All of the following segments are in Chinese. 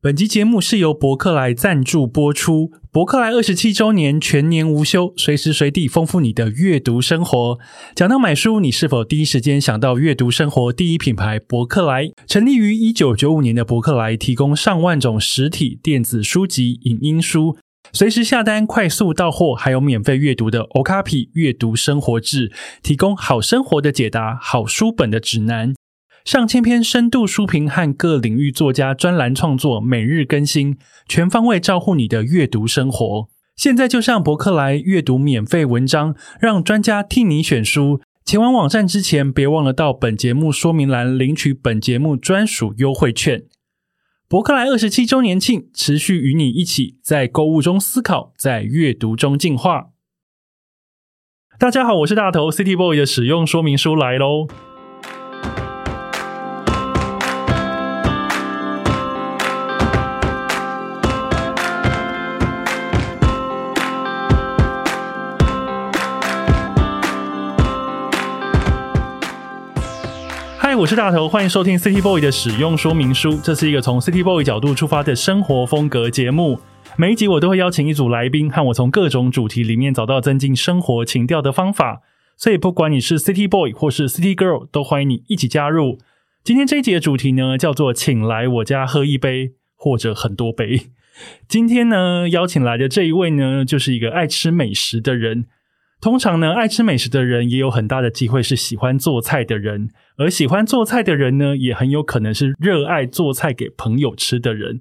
本集节目是由博客来赞助播出。博客来二十七周年，全年无休，随时随地丰富你的阅读生活。讲到买书，你是否第一时间想到阅读生活第一品牌博客来？成立于一九九五年的博客来，提供上万种实体、电子书籍、影音书，随时下单，快速到货，还有免费阅读的 Okapi 阅读生活志，提供好生活的解答、好书本的指南。上千篇深度书评和各领域作家专栏创作，每日更新，全方位照顾你的阅读生活。现在就上博客来阅读免费文章，让专家替你选书。前往网站之前，别忘了到本节目说明栏领取本节目专属优惠券。博客来二十七周年庆，持续与你一起在购物中思考，在阅读中进化。大家好，我是大头，City Boy 的使用说明书来喽。嗨，我是大头，欢迎收听 City Boy 的使用说明书。这是一个从 City Boy 角度出发的生活风格节目。每一集我都会邀请一组来宾，和我从各种主题里面找到增进生活情调的方法。所以，不管你是 City Boy 或是 City Girl，都欢迎你一起加入。今天这一集的主题呢，叫做“请来我家喝一杯”或者很多杯。今天呢，邀请来的这一位呢，就是一个爱吃美食的人。通常呢，爱吃美食的人也有很大的机会是喜欢做菜的人，而喜欢做菜的人呢，也很有可能是热爱做菜给朋友吃的人。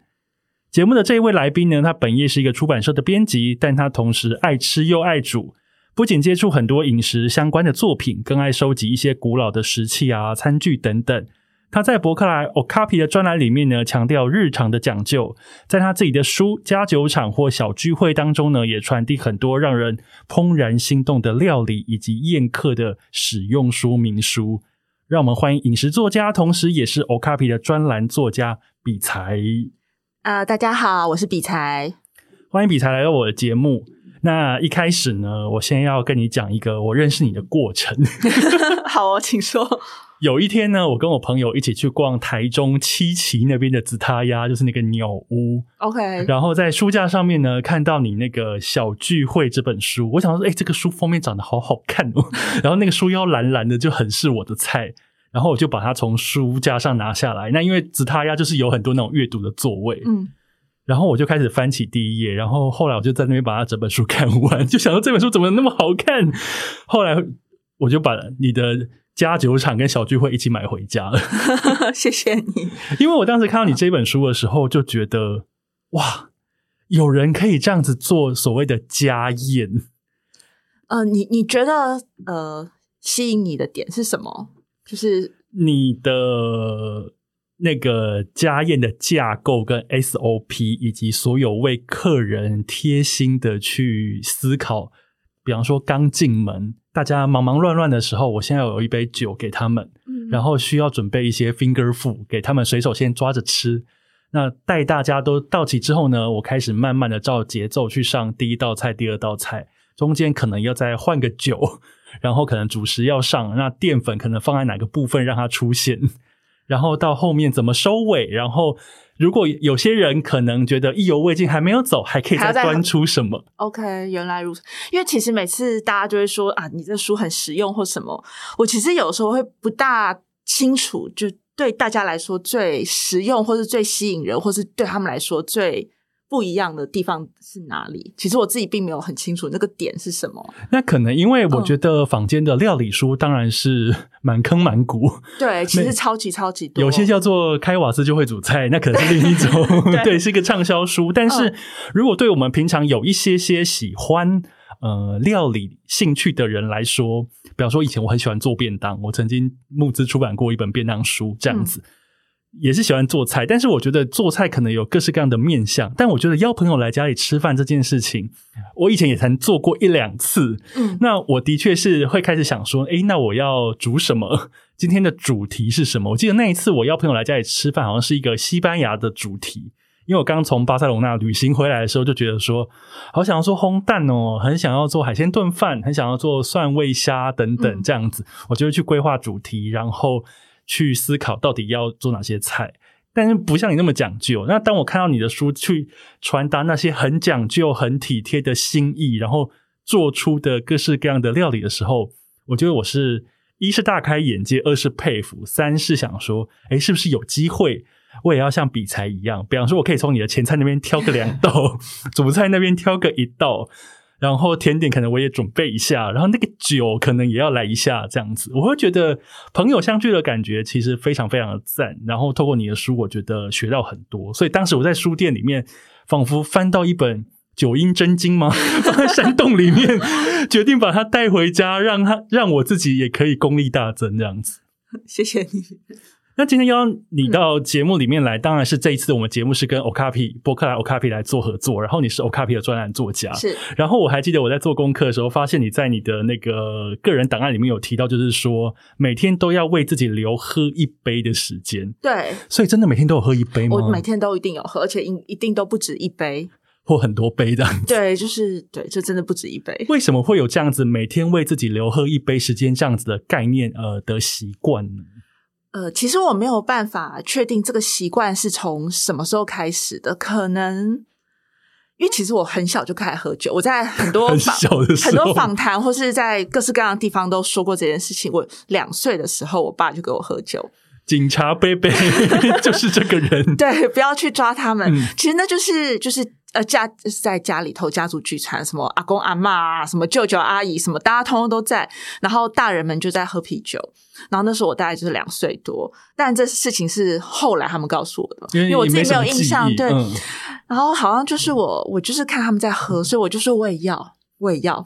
节目的这一位来宾呢，他本业是一个出版社的编辑，但他同时爱吃又爱煮，不仅接触很多饮食相关的作品，更爱收集一些古老的食器啊、餐具等等。他在博客来 Okapi 的专栏里面呢，强调日常的讲究，在他自己的书、家酒厂或小聚会当中呢，也传递很多让人怦然心动的料理以及宴客的使用说明书。让我们欢迎饮食作家，同时也是 Okapi 的专栏作家比才。呃，大家好，我是比才。 欢迎比才来到我的节目。那一开始呢，我先要跟你讲一个我认识你的过程。 好哦，请说。有一天呢，我跟我朋友一起去逛台中七期那边的紫他鸭，就是那个鸟屋。 OK，然后在书架上面呢，看到你那个《小聚会》这本书，我想说，哎、这个书封面长得好好看哦。 然后那个书腰蓝蓝的，就很是我的菜。然后我就把它从书架上拿下来。那因为紫他鸭就是有很多那种阅读的座位，嗯，然后我就开始翻起第一页，然后后来我就在那边把它整本书看完， 就想到这本书怎么那么好看。后来我就把你的家酒厂跟小聚会一起买回家了。 谢谢你。因为我当时看到你这本书的时候，就觉得哇，有人可以这样子做所谓的家宴。呃，你你觉得呃吸引你的点是什么？就是你的那个家宴的架构跟 SOP，以及所有为客人贴心的去思考，比方说刚进门，大家忙忙乱乱的时候，我现在有一杯酒给他们，嗯然后需要准备一些 finger food 给他们随手先抓着吃。那待大家都到齐之后呢，我开始慢慢的照节奏去上第一道菜、第二道菜，中间可能要再换个酒，然后可能主食要上，那淀粉可能放在哪个部分让它出现，然后到后面怎么收尾，然后如果有些人可能觉得意犹未尽还没有走，还可以还再要再端出什么？ OK，原来如此。因为其实每次大家就会说啊，你这书很实用或什么，我其实有时候会不大清楚，就对大家来说最实用，或是最吸引人，或是对他们来说最不一样的地方是哪里。其实我自己并没有很清楚那个点是什么。那可能因为嗯我觉得坊间的料理书当然是满坑满谷，对，其没实超级超级多，有些叫做开瓦斯就会煮菜，那可能是另一种， 对， 对嗯是一个畅销书。但是如果对我们平常有一些些喜欢呃料理兴趣的人来说，比方说以前我很喜欢做便当，我曾经募资出版过一本便当书，这样嗯子。也是喜欢做菜，但是我觉得做菜可能有各式各样的面向。但我觉得邀朋友来家里吃饭这件事情，我以前也曾做过一两次，嗯，那我的确是会开始想说，诶，那我要煮什么？ 今天的主题是什么？我记得那一次我邀朋友来家里吃饭，好像是一个西班牙的主题。因为我刚从巴塞隆纳旅行回来的时候，就觉得说，好想要做烘蛋哦，很想要做海鲜炖饭，很想要做蒜味虾等等嗯这样子，我就会去规划主题，然后去思考到底要做哪些菜。但是不像你那么讲究。那当我看到你的书去传达那些很讲究、很体贴的心意，然后做出的各式各样的料理的时候，我觉得我是一是大开眼界，二是佩服，三是想说，哎，是不是有机会我也要像比才一样？比方说，我可以从你的前菜那边挑个两道，主菜那边挑个一道，然后甜点可能我也准备一下，然后那个酒可能也要来一下，这样子，我会觉得朋友相聚的感觉其实非常非常的赞。然后透过你的书，我觉得学到很多，所以当时我在书店里面仿佛翻到一本。九阴真经吗？放在山洞里面， 决定把它带回家，让它让我自己也可以功力大增这样子。 谢谢你。那今天邀你嗯到节目里面来，当然是这一次我们节目是跟 Okapi 博克莱 Okapi 来做合作，然后你是 Okapi 的专栏作家，是然后我还记得我在做功课的时候，发现你在你的那个个人档案里面有提到，就是说每天都要为自己留喝一杯的时间，对，所以真的每天都有喝一杯吗？我每天都一定有喝，而且一一定都不止一杯。或很多杯这样子。 对，就是对，这真的不止一杯。为什么会有这样子每天为自己留喝一杯时间这样子的概念呃的习惯呢？呃，其实我没有办法确定这个习惯是从什么时候开始的，可能。因为其实我很小就开始喝酒，我在很多很访小的时很候多访谈或是在各式各样的地方都说过这件事情。我两岁的时候，我爸就给我喝酒，警察贝贝 就是这个人， 对，不要去抓他们。嗯其实那就是就是呃家在家里头家族聚餐，什么阿公阿嬷啊，什么舅舅阿姨，什么大家通通都在，然后大人们就在喝啤酒。然后那时候我大概就是两岁多，但这事情是后来他们告诉我的，因为我你自己什没有么印记忆象。对，嗯然后好像就是我，我就是看他们在喝，所以我就说我也要，我也要。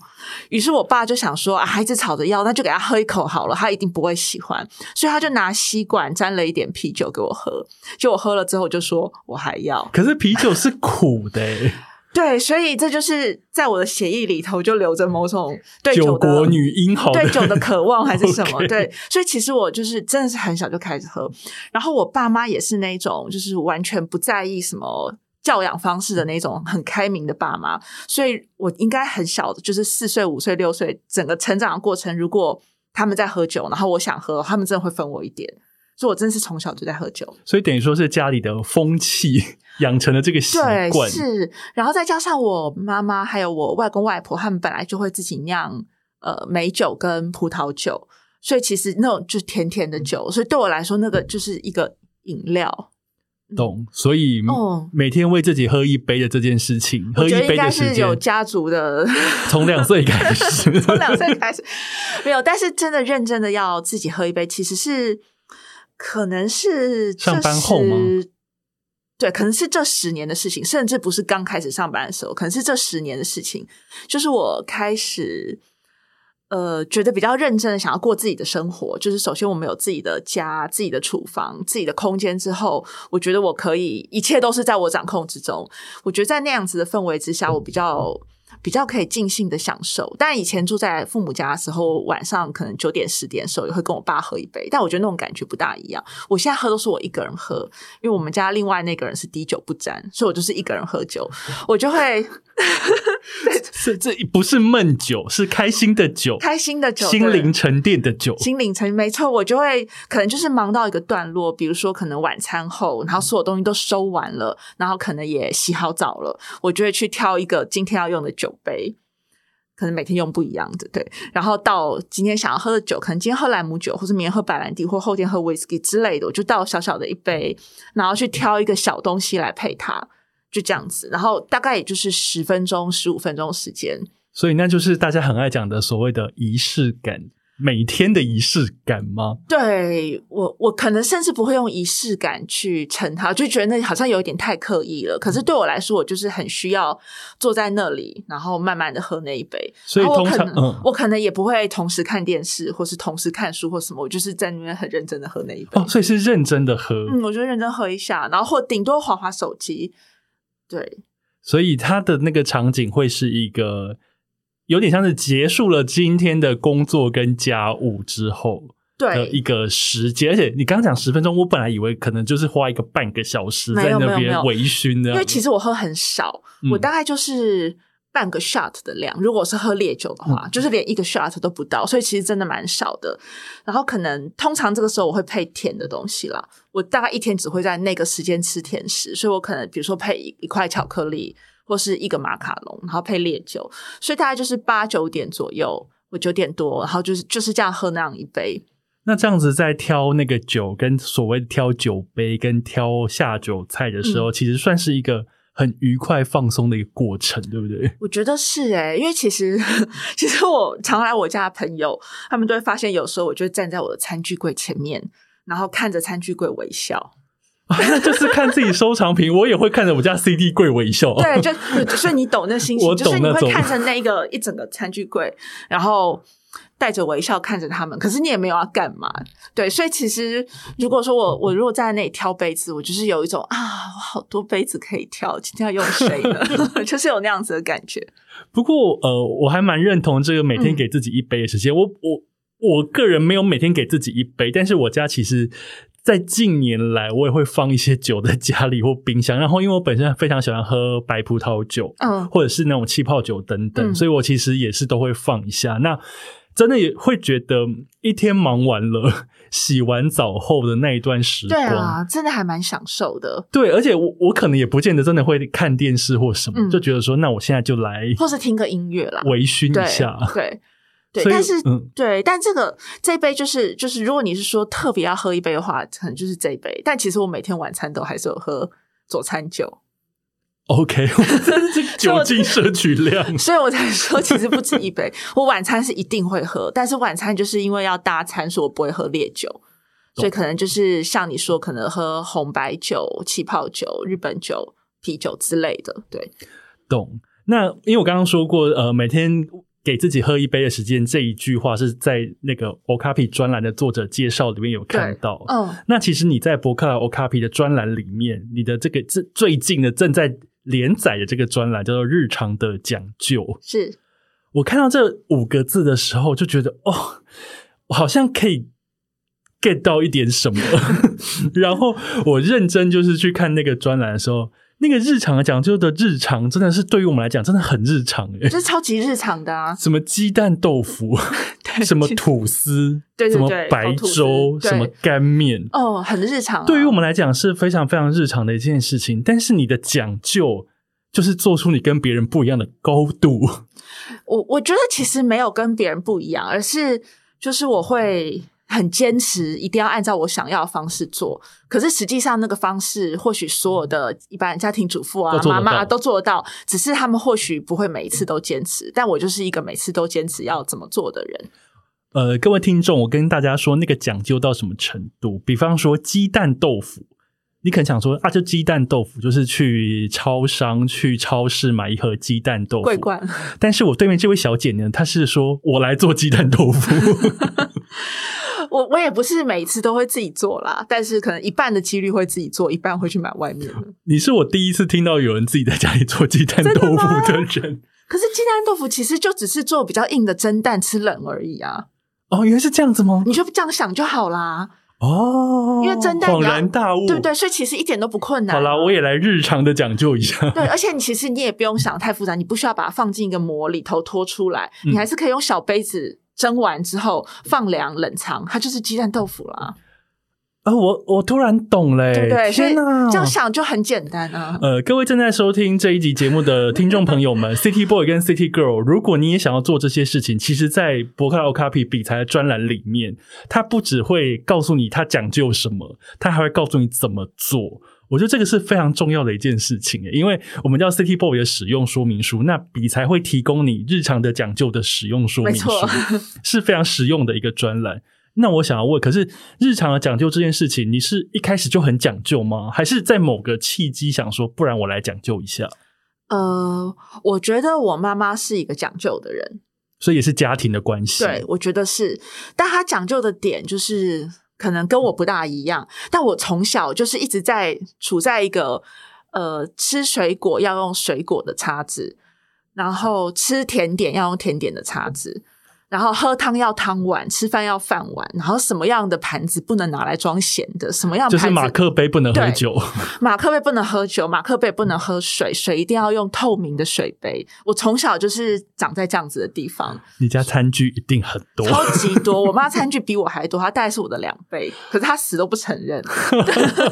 于是我爸就想说，啊、孩子吵着要，那就给他喝一口好了，他一定不会喜欢。所以他就拿吸管沾了一点啤酒给我喝，就我喝了之后我就说我还要。可是啤酒是苦的、欸， 对，所以这就是在我的协议里头就留着某种对酒酒的国女英豪对酒的渴望还是什么 OK 对，所以其实我就是真的是很小就开始喝，然后我爸妈也是那种就是完全不在意什么。教养方式的那种很开明的爸妈，所以我应该很小的，就是四岁、五岁、六岁，整个成长的过程，如果他们在喝酒，然后我想喝，他们真的会分我一点，所以我真是从小就在喝酒。所以等于说是家里的风气 养成了这个习对，惯。是，然后再加上我妈妈还有我外公外婆，他们本来就会自己酿呃美酒跟葡萄酒，所以其实那种就是甜甜的酒，所以对我来说那个就是一个饮料。懂，所以哦每天为自己喝一杯的这件事情，嗯喝我一觉得应杯该的时是有间，家族的， 从两岁开始， 从两岁开始没有，但是真的认真的要自己喝一杯，其实是可能是这上班后吗十？对，可能是这十年的事情，甚至不是刚开始上班的时候，可能是这十年的事情。就是我开始呃，觉得比较认真的想要过自己的生活。就是首先我们有自己的家、自己的厨房、自己的空间之后，我觉得我可以，一切都是在我掌控之中。我觉得在那样子的氛围之下，我比较。比较可以尽兴的享受，但以前住在父母家的时候，晚上可能九点十点的时候也会跟我爸喝一杯，但我觉得那种感觉不大一样。我现在喝都是我一个人喝，因为我们家另外那个人是滴酒不沾，所以我就是一个人喝酒，我就会 是这不是闷酒，是开心的酒，开心的酒，心对灵沉淀的酒。心灵层没错，我就会可能就是忙到一个段落，比如说可能晚餐后，然后所有东西都收完了，然后可能也洗好澡了，我就会去挑一个今天要用的酒杯，可能每天用不一样的，对。然后到今天想要喝的酒，可能今天喝兰姆酒，或者明天喝白兰地，或后天喝 whisky 之类的，我就倒小小的一杯，然后去挑一个小东西来配它，就这样子。然后大概也就是十分钟、十五分钟时间，所以那就是大家很爱讲的所谓的仪式感，每天的仪式感吗？对我，我可能甚至不会用仪式感去称它，就觉得那好像有一点太刻意了。可嗯是对我来说，我就是很需要坐在那里，然后慢慢的喝那一杯。所以然后通常啊我可能、嗯我可能也不会同时看电视，或是同时看书或什么，我就是在那边很认真的喝那一杯。哦，所以是认真的喝。嗯，我就认真喝一下，然后或顶多划划手机。对，所以他的那个场景会是一个有点像是结束了今天的工作跟家务之后的对，呃一个时间，而且你刚刚讲十分钟，我本来以为可能就是花一个半个小时没在有没那有没边有微醺的，啊因为其实我喝很少，嗯我大概就是半个 shot 的量，如果是喝烈酒的话，就是连一个 shot 都不到，所以其实真的蛮少的。然后可能通常这个时候我会配甜的东西啦，我大概一天只会在那个时间吃甜食，所以我可能比如说配一一块巧克力或是一个马卡龙，然后配烈酒，所以大概就是八九点左右，我九点多，然后就是就是这样喝那样一杯。那这样子在挑那个酒，跟所谓挑酒杯跟挑下酒菜的嗯时候，其实算是一个很愉快放松的一个过程，对不对？ 我觉得是诶、因为其实 其实我常来我家的朋友，他们都会发现，有时候我就站在我的餐具柜前面，然后看着餐具柜微笑。那就是看自己收藏品，我也会看着我家 CD 柜微笑。对，就就是你懂那心情，哦我就懂是你那会种看着那个一整个餐具柜，然后带着微笑看着他们，可是你也没有要干嘛。对，所以其实如果说我我如果在那里挑杯子，我就是有一种啊，我好多杯子可以挑，今天要用谁呢？ 就是有那样子的感觉。不过呃，我还蛮认同这个每天嗯给自己一杯的时间。我我我个人没有每天给自己一杯，但是我家其实。在近年来，我也会放一些酒在家里或冰箱。然后，因为我本身非常喜欢喝白葡萄酒，嗯，或者是那种气泡酒等等，嗯所以我其实也是都会放一下。那真的也会觉得一天忙完了，洗完澡后的那一段时对光，啊，真的还蛮享受的，对而且我我可能也不见得真的会看电视或什么，嗯就觉得说，那我现在就来或是听个音乐啦，微醺对一下。 对对，所以但是、嗯对，但这个这一杯就是就是，如果你是说特别要喝一杯的话，可能就是这一杯。但其实我每天晚餐都还是有喝佐 餐酒， OK，这 酒精摄取量 所以我才 说其实不止一杯。我晚餐是一定会喝，但是晚餐就是因为要搭餐，所以我不会喝烈酒。所以可能就是像你说，可能喝红白酒、气泡酒、日本酒、啤酒之类的，对，懂。那因为我刚刚说过，呃，每天给自己喝一杯的时间这一句话是在那个 Okapi 专栏的作者介绍里面有看对到。嗯，那其实你在博客来 Okapi 的专栏里面，你的这个最最近的正在连载的这个专栏叫做《日常的讲究》。是，我看到这五个字的时候，就觉得哦，我好像可以 get 到一点什么。 然后我认真就是去看那个专栏的时候，那个日常的讲究的日常，真的是对于我们来讲，真的很日常诶、就是超级日常 的啊，什么鸡蛋豆 腐，对什么其实吐司，对对什么对白哦吐司粥，对什么干面，哦，很日常、啊。对于我们来讲是非常非常日常的一件事情，但是你的讲究就是做出你跟别人不一样的高度。我我觉得其实没有跟别人不一样，而是就是我会很坚持，一定要按照我想要的方式做。可是实际上那个方式，或许所有的一般家庭主妇啊都、做得妈妈到都做得到，只是他们或许不会每一次都坚持。但我就是一个每次都坚持要怎么做的人。呃，各位听众，我跟大家说那个讲究到什么程度？比方说鸡蛋豆腐，你可能想说啊，就鸡蛋豆腐，就是去超商、去超市买一盒鸡蛋豆腐桂冠，但是我对面这位小姐呢，她是说我来做鸡蛋豆 腐。我我也不是每一次都会自己做啦，但是可能一半的几率会自己做，一半会去买外面的。你是我第一次听到有人自己在家里做鸡蛋真的豆吗腐的人。可是鸡蛋豆腐其实就只是做比较硬的蒸蛋吃冷而已啊，哦，原来是这样子吗？你就这样想就好啦。哦，因为蒸蛋恍你要然大悟，对不对？所以其实一点都不困嗯难。好啦，我也来日常的讲究一下。对，而且你其实你也不用想太复杂，你不需要把它放进一个膜里头拖出来，嗯你还是可以用小杯子蒸完之后放凉冷藏，它就是鸡蛋豆腐啦， 啊，我我突然懂嘞、对不对？所以哎天哪！这样想就很简单啊。呃，各位正在收听这一集节目的听众朋友们，City Boy 跟 City Girl，如果你也想要做这些事情，其实，在博克奥卡皮比财的专栏里面，他不只会告诉你他讲究什么，他还会告诉你怎么做。我觉得这个是非常重要的一件事情，因为我们叫 City Boy 的使用说明书，那比才会提供你日常的讲究的使用说明书没错， 是非常实用的一个专栏。那我想要问，可是日常的讲究这件事情，你是一开始就很讲究吗？还是在某个契机想说，不然我来讲究一下？呃，我觉得我妈妈是一个讲究的人，所以也是家庭的关系。对，我觉得是，但他讲究的点就是可能跟我不大一样，但我从小就是一直在处在一个呃吃水果要用水果的叉子，然后吃甜点要用甜点的叉子。然后喝汤要汤碗，吃饭要饭碗，然后什么样的盘子不能拿来装咸的，什么样就的是盘子马克杯不能喝对酒，马克杯不能喝酒，马克杯不能喝水，水一定要用透明的水杯。我从小就是长在这样子的地方，你家餐具一定很多。超级多。 我妈餐具比我还多，她大概是我的两倍，可是她死都不承认。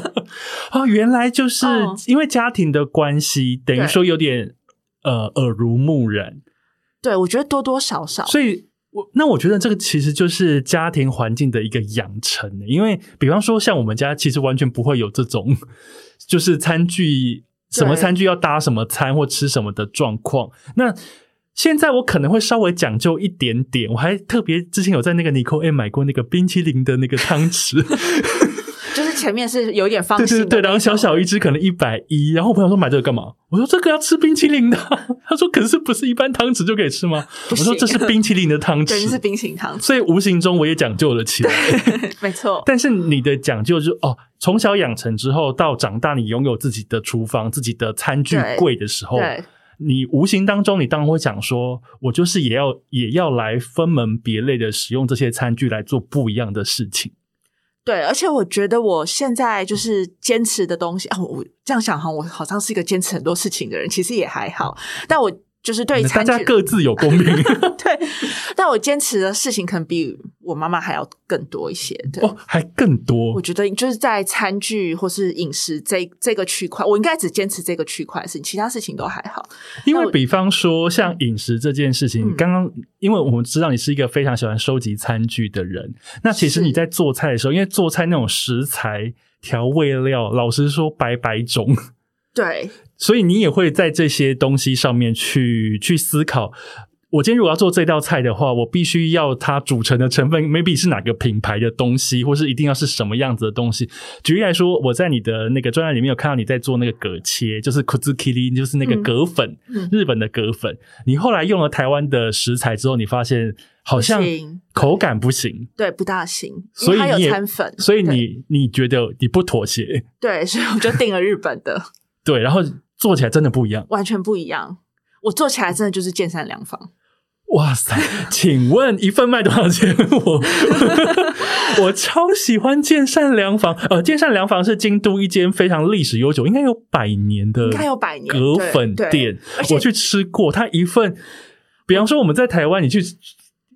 哦，原来就是嗯因为家庭的关系，等于对说有点呃耳濡目染，对我觉得多多少少，所以。我那我觉得这个其实就是家庭环境的一个养成，欸因为比方说像我们家其实完全不会有这种， 就是餐具什么对餐具要搭什么餐或吃什么的状况。那现在我可能会稍微讲究一点点，我还特别之前有在那个 n i c o 买过那个冰淇淋的那个汤匙，就是前面是有一点方对形对的对，那然后小种小一只可能一百一，然后我朋友说买这个干嘛？我说这个要吃冰淇淋的 啊，他说可是不是一般汤匙就可以吃吗？我不行说这是冰淇淋的汤对，就是匙，冰淇淋糖，所以无形中我也讲究了起来。 没错，但是你的讲究就是哦，从小养成之后到长大，你拥有自己的厨房、自己的餐具对柜的时候，对你无形当中你当然会想说，我就是也要也要来分门别类的使用这些餐具来做不一样的事情。对。而且我觉得我现在就是坚持的东西啊，我我这样想哈，我好像是一个坚持很多事情的人，其实也还好，但我。就是嗯对大餐家具各自有公平。 对，但我坚持的事情可能比我妈妈还要更多一些。对，哦，还更多我。觉得就是在餐具或是饮食这这个区块，我应该只坚持这个区块的事情，其他事情都还好。因那为我比方说像饮食这件事情，嗯刚刚因为我们知道你是一个非常喜欢收集餐具的人，那其实是你在做菜的时候，因为做菜那种食材调味料，老实说百百种，对，所以你也会在这些东西上面去去思考。我今天如果要做这道菜的话，我必须要它组成的成分，maybe 是哪个品牌的东西，或是一定要是什么样子的东西。举例来说，我在你的那个专栏里面有看到你在做那个葛切，就是 kuzukiri，就是那个嗯葛粉，嗯日本的葛粉。你后来用了台湾的食材之后，你发现好像不行口感不行，对，不大行，因所为以它你有也掺粉，所以对你你觉得你不妥协，对，所以我就订了日本的，对，然后做起来真的不一样。完全不一样。我做起来真的就是见三两房，哇塞！请问一份卖多少钱？我 我超喜欢建善良坊。呃，建善良坊是京都一间非常历史悠久，应该有百年的，应该有百年葛粉对对店而。且我去吃过，它一份，比方说我们在台湾，你去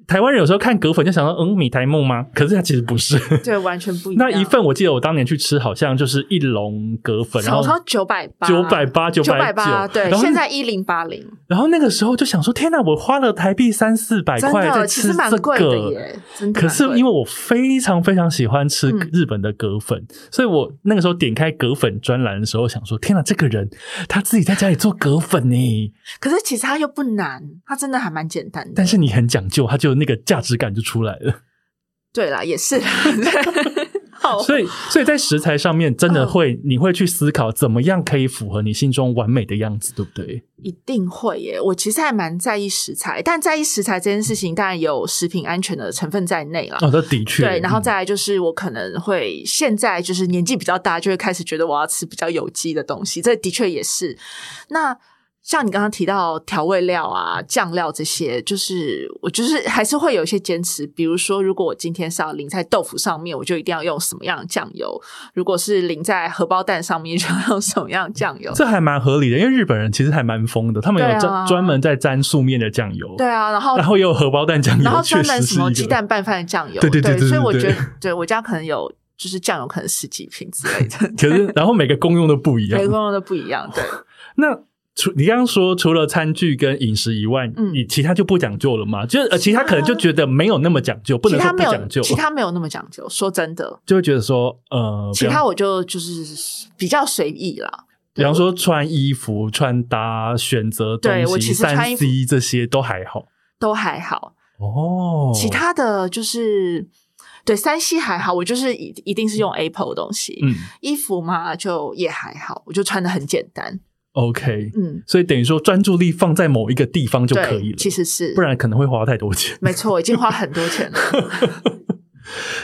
台湾人有时候看葛粉就想到，嗯，米苔木吗？可是它其实不是。对，完全不一样。那一份我记得我当年去吃，好像就是一笼葛粉，然我后说九百八，九百八、九九百八，九，对然，后现在一零八零，然后那个时候就想说，天哪，我花了台币三四百真块在的其吃实蛮这贵的个。耶，真的可蛮贵的。是因为我非常非常喜欢吃嗯日本的葛粉，所以我那个时候点开葛粉专栏的时候，想说：天哪，这个人他自己在家里做葛粉呢！可是其实它又不难，它真的还蛮简单的。但是你很讲究，他就那个价值感就出来 了。对啦，也是啦， 对好，所以，所以在食材上面真的嗯会，你会去思考怎么样可以符合你心中完美的样子，对不对？一定会耶。我其实还蛮在意食材，但在意食材这件事情，当然有食品安全的成分在内啦。哦，这的确对，然后嗯再来就是我可能会现在就是年纪比较大，就会开始觉得我要吃比较有机的东西，这的确也是。那像你刚刚提到调味料啊、酱料这些，就是我就是还是会有一些坚持。比如说，如果我今天是要淋在豆腐上面，我就一定要用什么样的酱油；如果是淋在荷包蛋上面，就要用什么样的酱油。这还蛮合理的，因为日本人其实还蛮疯的，他们有对啊专、专门在沾素面的酱油，对啊，然后然后也有荷包蛋 酱油，然后确专门实是什一么个鸡蛋拌饭的酱油，对对对对对所以我对觉得，对我家可能有就是酱油可能十几瓶之 类的， 可是然后每个功用都不 一样每个。功用都不一样，对。那除你刚刚说除了餐具跟饮食以外，嗯你其他就不讲究了嘛？就是呃，其他可能就觉得没有那么讲究，不其能说他不没有，讲究，啊哦其他没有那么讲究。说真的，就会觉得说呃，其比方他我就就是比较随意啦。比方说穿衣服、穿搭、选择对东我西、其实穿三衣服 C 这些都还好都还好，哦。其他的就是对三系还好，我就是一一定是用 Apple 的东西，嗯衣服嘛就也还好，我就穿的很简单， ，OK，嗯，所以等于说专注力放在某一个地方就可以对了，其实是不然可能会花太多钱。没错，已经花很多钱了，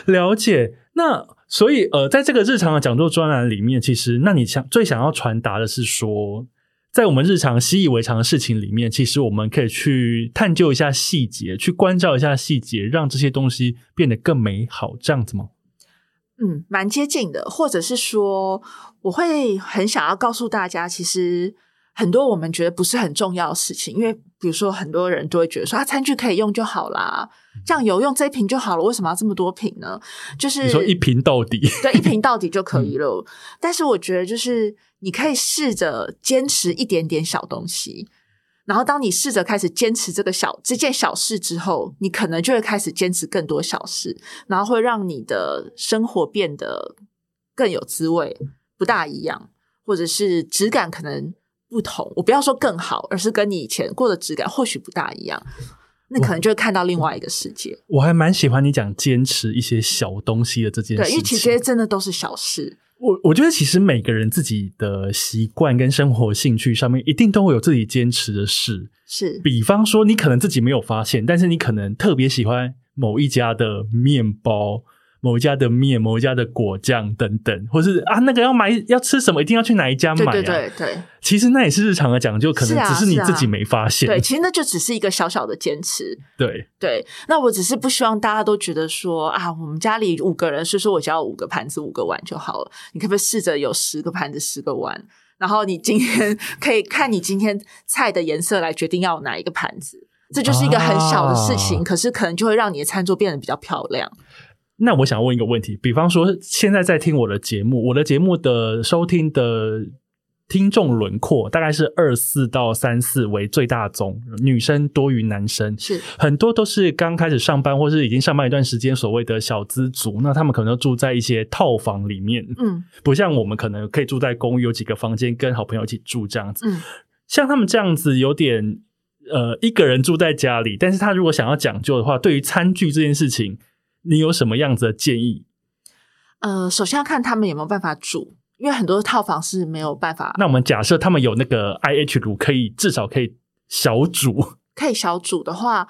了解。那所以呃，在这个日常的讲座专栏里面，其实那你想最想要传达的是说，在我们日常习以为常的事情里面，其实我们可以去探究一下细节，去关照一下细节，让这些东西变得更美好，这样子吗？嗯，蛮接近的，或者是说，我会很想要告诉大家，其实很多我们觉得不是很重要的事情，因为比如说很多人都会觉得说，啊，餐具可以用就好啦，嗯酱油用这一瓶就好了，为什么要这么多瓶呢？就是你说一瓶到底，对，一瓶到底就可嗯以了。但是我觉得，就是你可以试着坚持一点点小东西，然后当你试着开始坚持这个小这件小事之后，你可能就会开始坚持更多小事，然后会让你的生活变得更有滋味，不大一样，或者是质感可能不同。我不要说更好，而是跟你以前过的质感或许不大一样。那可能就会看到另外一个世界，我还蛮喜欢你讲坚持一些小东西的这件事对，情。因为其实这些真的都是小事，我我觉得其实每个人自己的习惯跟生活兴趣上面，一定都会有自己坚持的事。是比方说，你可能自己没有发现，但是你可能特别喜欢某一家的面包、某一家的面、某一家的果酱等等，或是啊那个要买要吃什么，一定要去哪一家对买、啊。对对对。其实那也是日常的讲究，可是能啊只是你是啊自己没发现。对，其实那就只是一个小小的坚持。对对，那我只是不希望大家都觉得说啊，我们家里五个人，所以说我只要五个盘子、五个碗就好了。你可不可以试着有十个盘子、十个碗？然后你今天可以看你今天菜的颜色来决定要哪一个盘子。这就是一个很小的事情，啊可是可能就会让你的餐桌变得比较漂亮。那我想问一个问题，比方说现在在听我的节目，我的节目的收听的听众轮廓大概是二四到三四为最大宗，女生多于男生。是很多都是刚开始上班，或是已经上班一段时间，所谓的小资族。那他们可能都住在一些套房里面，嗯不像我们可能可以住在公寓，有几个房间跟好朋友一起住这样子。嗯，像他们这样子有点呃一个人住在家里，但是他如果想要讲究的话，对于餐具这件事情，你有什么样子的建议？呃，首先要看他们有没有办法煮，因为很多套房是没有办法那我们假设他们有那个 IH 炉，可以至少可以小煮，可以小煮的话，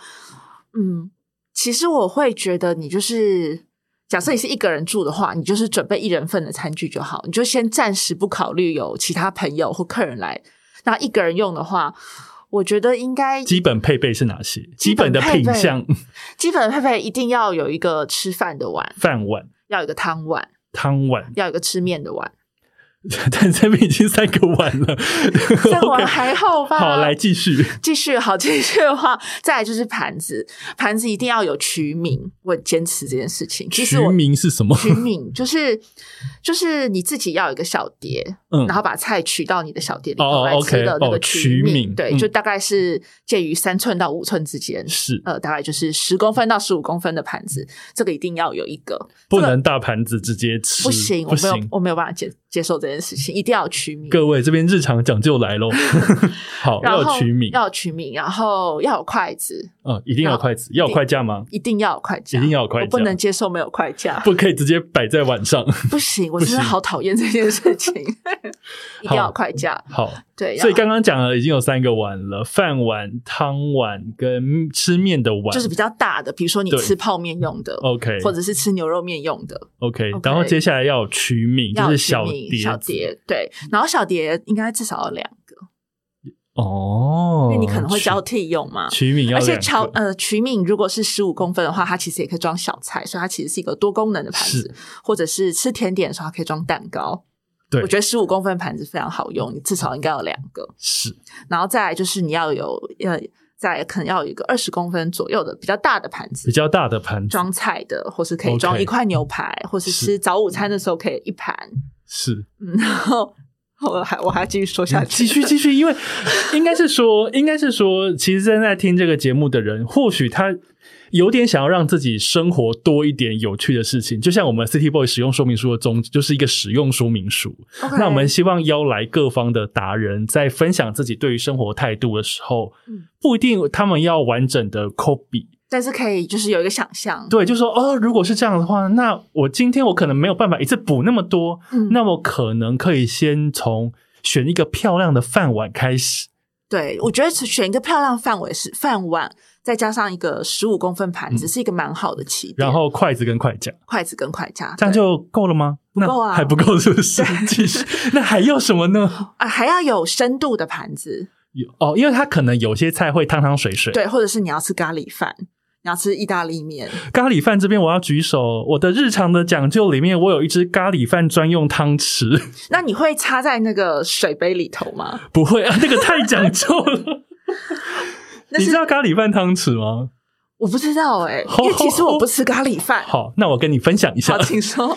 嗯，其实我会觉得你就是。假设你是一个人住的话，你就是准备一人份的餐具就好，你就先暂时不考虑有其他朋友或客人来。那一个人用的话，我觉得应该基本配备是哪些？基基本本的配备品相、基本的配备一定要有一个吃饭的碗，饭碗、要有一个汤碗，汤碗，要有一个吃面的碗。 但这边已经三个碗了， 这 OK 碗还好吧？好，来继续。继续好，继续的话，再来就是盘子，盘子一定要有取名，我坚持这件事情。其实取我名是什么？取 名，就是就是你自己要有一个小碟，嗯然后把菜取到你的小碟里哦头来吃 OK，的那哦个取曲敏，名对，嗯就大概是介于三寸到五寸之间。是呃，大概就是十公分到十五公分的盘子，这个一定要有一个，不能大盘子直接吃，不行，不我没有行。我没有办法接接受这件事情，一定要取名，各位这边日常讲究来 喽，好然要后有取名，要有取名，然后要有筷子，嗯，一定要有筷子，要有筷架吗？一定要有筷架，一定要有筷我不架能接受没有筷架，不可以直接摆在碗上。不行，我真的行好讨厌这件 事情，一定要有筷架，好，对，所以然后刚刚讲了已经有三个碗了，饭碗、汤碗跟吃面的碗，就是比较大的，比如说你对哦吃泡面用的， OK 或者是吃牛肉面用的， OK。 OK 然后接下来要有曲名，就要是有小取名碟小子嗯碟对，然后小碟应该至少要两个，哦，因为你可能会取交替用嘛。曲名要两而个，且炒呃曲敏如果是十五公分的话，它其实也可以装小菜，所以它其实是一个多功能的盘子，或者是吃甜点的时候它可以装蛋糕。对我觉得十五公分盘子非常好用，你至少应该有两个。是然后再来就是你要有呃，再来可能要有一个二十公分左右的比较大的盘子比，较大的盘子，装菜的，或是可以 OK 装一块牛排或是是吃早午餐的时候可以一盘。是嗯，然后我还我还要继续说下去，嗯继续继续， 因为应该是说，应该是说，其实正在听这个节目的人，或许他有点想要让自己生活多一点有趣的事情，就像我们 City Boy 使用说明书的宗旨，就是一个使用说明书。 OK。那我们希望邀来各方的达人，在分享自己对于生活态度的时候嗯，不一定他们要完整的 copy，但是可以就是有一个想象，对，就说哦，如果是这样的话，那我今天我可能没有办法一次补那么多，嗯那我可能可以先从选一个漂亮的饭碗开始。对我觉得选一个漂亮范围是饭碗，再加上一个十嗯五公分盘子，是一个蛮好的起点。然后筷子跟筷夹，筷子跟筷架，这样啊对就够了吗？不够啊那还不够是不 是？其实那还要什么呢？啊，还要有深度的盘子，有哦，因为它可能有些菜会汤汤水水。对，或者是你要吃咖喱饭，你要吃意大利面，咖喱饭这边我要举手，我的日常的讲究里面，我有一只咖喱饭专用汤匙， 那你会插在那个水杯里头吗？不会啊，那个太讲究了。 那你知是道咖喱饭汤匙吗？我不知道哎、 好因为其实我不吃咖喱饭。好，那我跟你分享一 下啊好，。请说。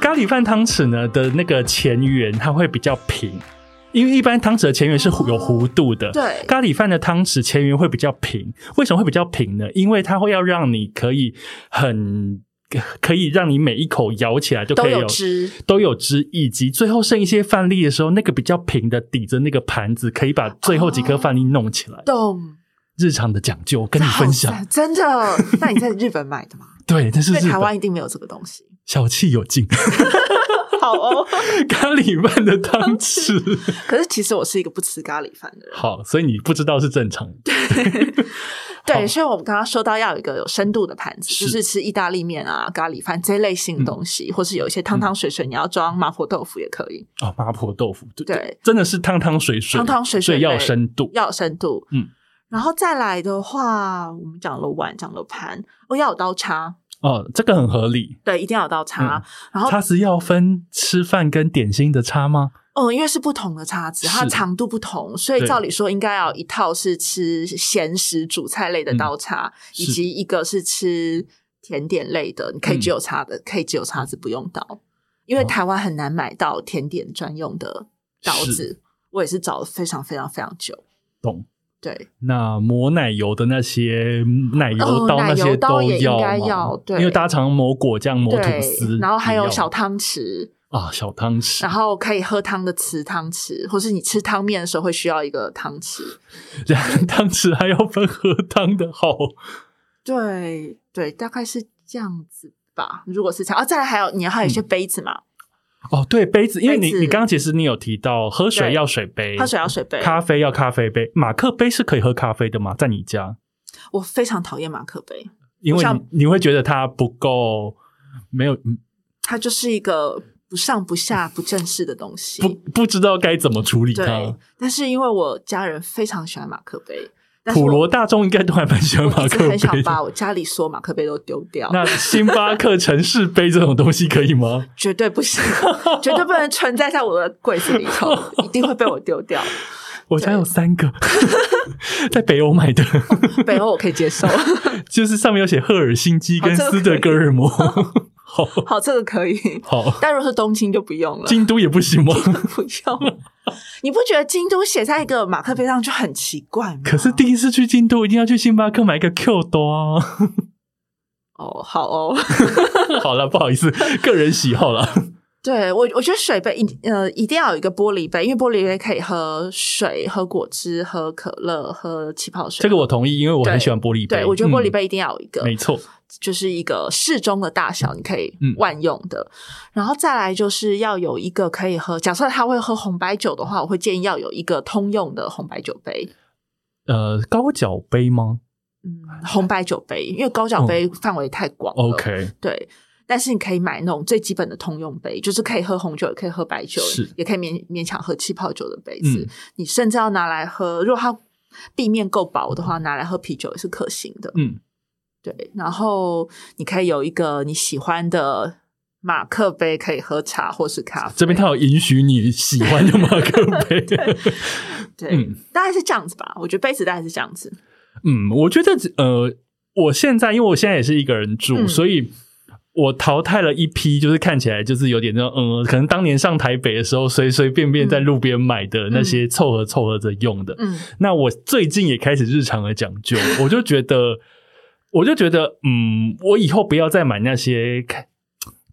咖喱饭汤匙呢的那个前缘，它会比较平，因为一般汤匙的前缘是弧有弧度的。对咖喱饭的汤匙前缘会比较平，为什么会比较平呢？因为它会要让你可以很可以让你每一口咬起来就都可以有有汁，都有汁，以及最后剩一些饭粒的时候，那个比较平的抵着那个盘子，可以把最后几颗饭粒弄起来。懂。日常的讲究，我跟你分好享。赞真的？那你在日本买的吗？对， 但是因为日台本湾一定没有这个东西。小气有劲， 好哦。咖喱饭的汤匙。 可是其实我是一个不吃咖喱饭的人。好，所以你不知道是正常的。好对，所以我们刚刚说到要有一个有深度的盘子，是嗯就是吃意大利面啊、咖喱饭这类型的东西，或是有一些汤汤水水，你要装麻婆豆腐也可以，哦，麻婆豆腐，对对，真的是汤汤水水，汤汤水所水以类要有深度。要有深度。嗯，然后再来的话，我们讲了碗，讲了盘，哦，要有刀叉，哦，这个很合理。对，一定要有刀嗯叉。然后叉子要分吃饭跟点心的叉吗？嗯，因为是不同的叉子，它是长度不同，所以对照理说应该要一套是吃咸食主菜类的刀叉，嗯是嗯以及一个是吃甜点类的，你可以只有叉的，可以只有叉子不用刀，因为哦台湾很难买到甜点专用的刀是子，我也是找了非常非常非常久。懂。对，那抹奶油的那些奶油哦刀那奶些油刀都也要应该吗要对因为大家常抹果酱、抹吐司，对，然后还有也要小汤匙，啊小汤匙，然后可以喝汤的瓷汤匙，或是你吃汤面的时候会需要一个汤匙。 然后汤匙还要分喝汤的，好对对，大概是这样子吧。如果是这样啊，再来还有你还有一些嗯杯子嘛，哦。对，杯子，因为你杯子你刚刚其实你有提到喝水对要水杯，喝水要水杯。咖啡要咖啡杯，马克杯是可以喝咖啡的吗？在你家，我非常讨厌马克杯，因为我想你你会觉得它不够，没有嗯它就是一个不上不下、不正式的东西不。不知道该怎么处理对它。，但是因为我家人非常喜欢马克杯，但是普我罗大众应该都还蛮喜欢我马一克直杯很想的。把我家里所有马克杯都丢掉，那星巴克城市杯这种东西可以 吗？绝对不行，绝对不能存在在我的柜子里 头，一定会被我丢掉。我家有三 个，在北欧买的，北欧我可以 接受，就是上面有写赫尔辛基跟哦这个斯德哥尔 摩。哦好好，这个可以， 好，但如果是东京就不用了。京都也不行 吗？不用。你不觉得京都写在一个马克杯上就很奇怪吗？可是第一次去京都，一定要去星巴克买一个 Q 多啊。 哦，好哦，好了，不好意思，个人喜好了。 对我我觉得水杯一呃一定要有一个玻璃杯，因为玻璃杯可以喝水、喝果汁、喝可乐、喝气泡水。这个我同意，因为我很喜欢玻璃杯。对，我觉得玻璃嗯、杯一定要有一个，没错，就是一个适中的大小，你可以嗯万用的。然后再来就是要有一个可以喝，假设他会喝红白酒的话，我会建议要有一个通用的红白酒杯。呃，高脚杯吗嗯，红白酒杯，因为高脚杯范围太广了。哦？OK，对，但是你可以买那种最基本的通用杯，就是可以喝红酒，也可以喝白酒是，也可以勉勉强喝气泡酒的杯子。嗯，你甚至要拿来喝，如果它地面够薄的话，拿来喝啤酒也是可行的。嗯，对，然后你可以有一个你喜欢的马克杯，可以喝茶或是咖啡。这边它有允许你喜欢的马克 杯。对，嗯大概是这样子吧。我觉得杯子大概是这样子。嗯，我觉得呃，我现在因为我现在也是一个人住，嗯所以。我淘汰了一批，就是看起来就是有点那种，嗯，可能当年上台北的时候，随随便便在路边买的那些凑合凑合着用的，嗯，那我最近也开始日常的讲究，我就觉得，我就觉得，嗯，我以后不要再买那些看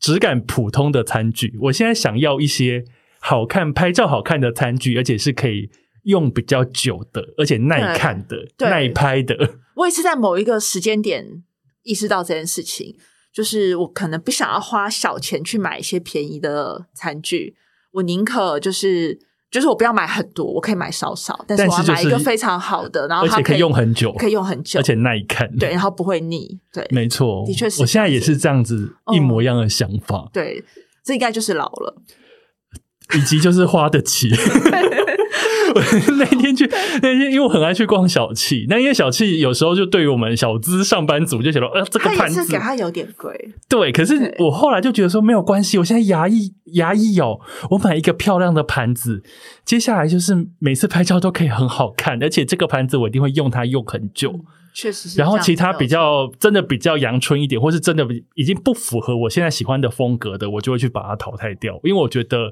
质感普通的餐具，我现在想要一些好看、拍照好看的餐具，而且是可以用比较久的，而且耐看的、对耐拍的。我也是在某一个时间点意识到这件事情，就是我可能不想要花小钱去买一些便宜的餐具，我宁可就是就是我不要买很多，我可以买少少，但是但是我要就买是一个非常好的，然后而它且可以用很久，可以用很久，而且耐看。对，，然后不会腻，对没错，的确是我现在也是这样子哦一模一样的想法，对，这应该就是老了，以及就是花得起。 我那天去那天，因为我很爱去逛小气，那因为小气有时候就对于我们小资上班族就觉得，呃，这个它盘也子是给它有点贵，对，可是对我后来就觉得说没有关系，我现在牙医牙医有，我买一个漂亮的盘子，接下来就是每次拍照都可以很好看，而且这个盘子我一定会用它用很久。确实是这然样子后没有错。其他比较真的比较阳春一点，或是真的已经不符合我现在喜欢的风格的，我就会去把它淘汰掉，因为我觉得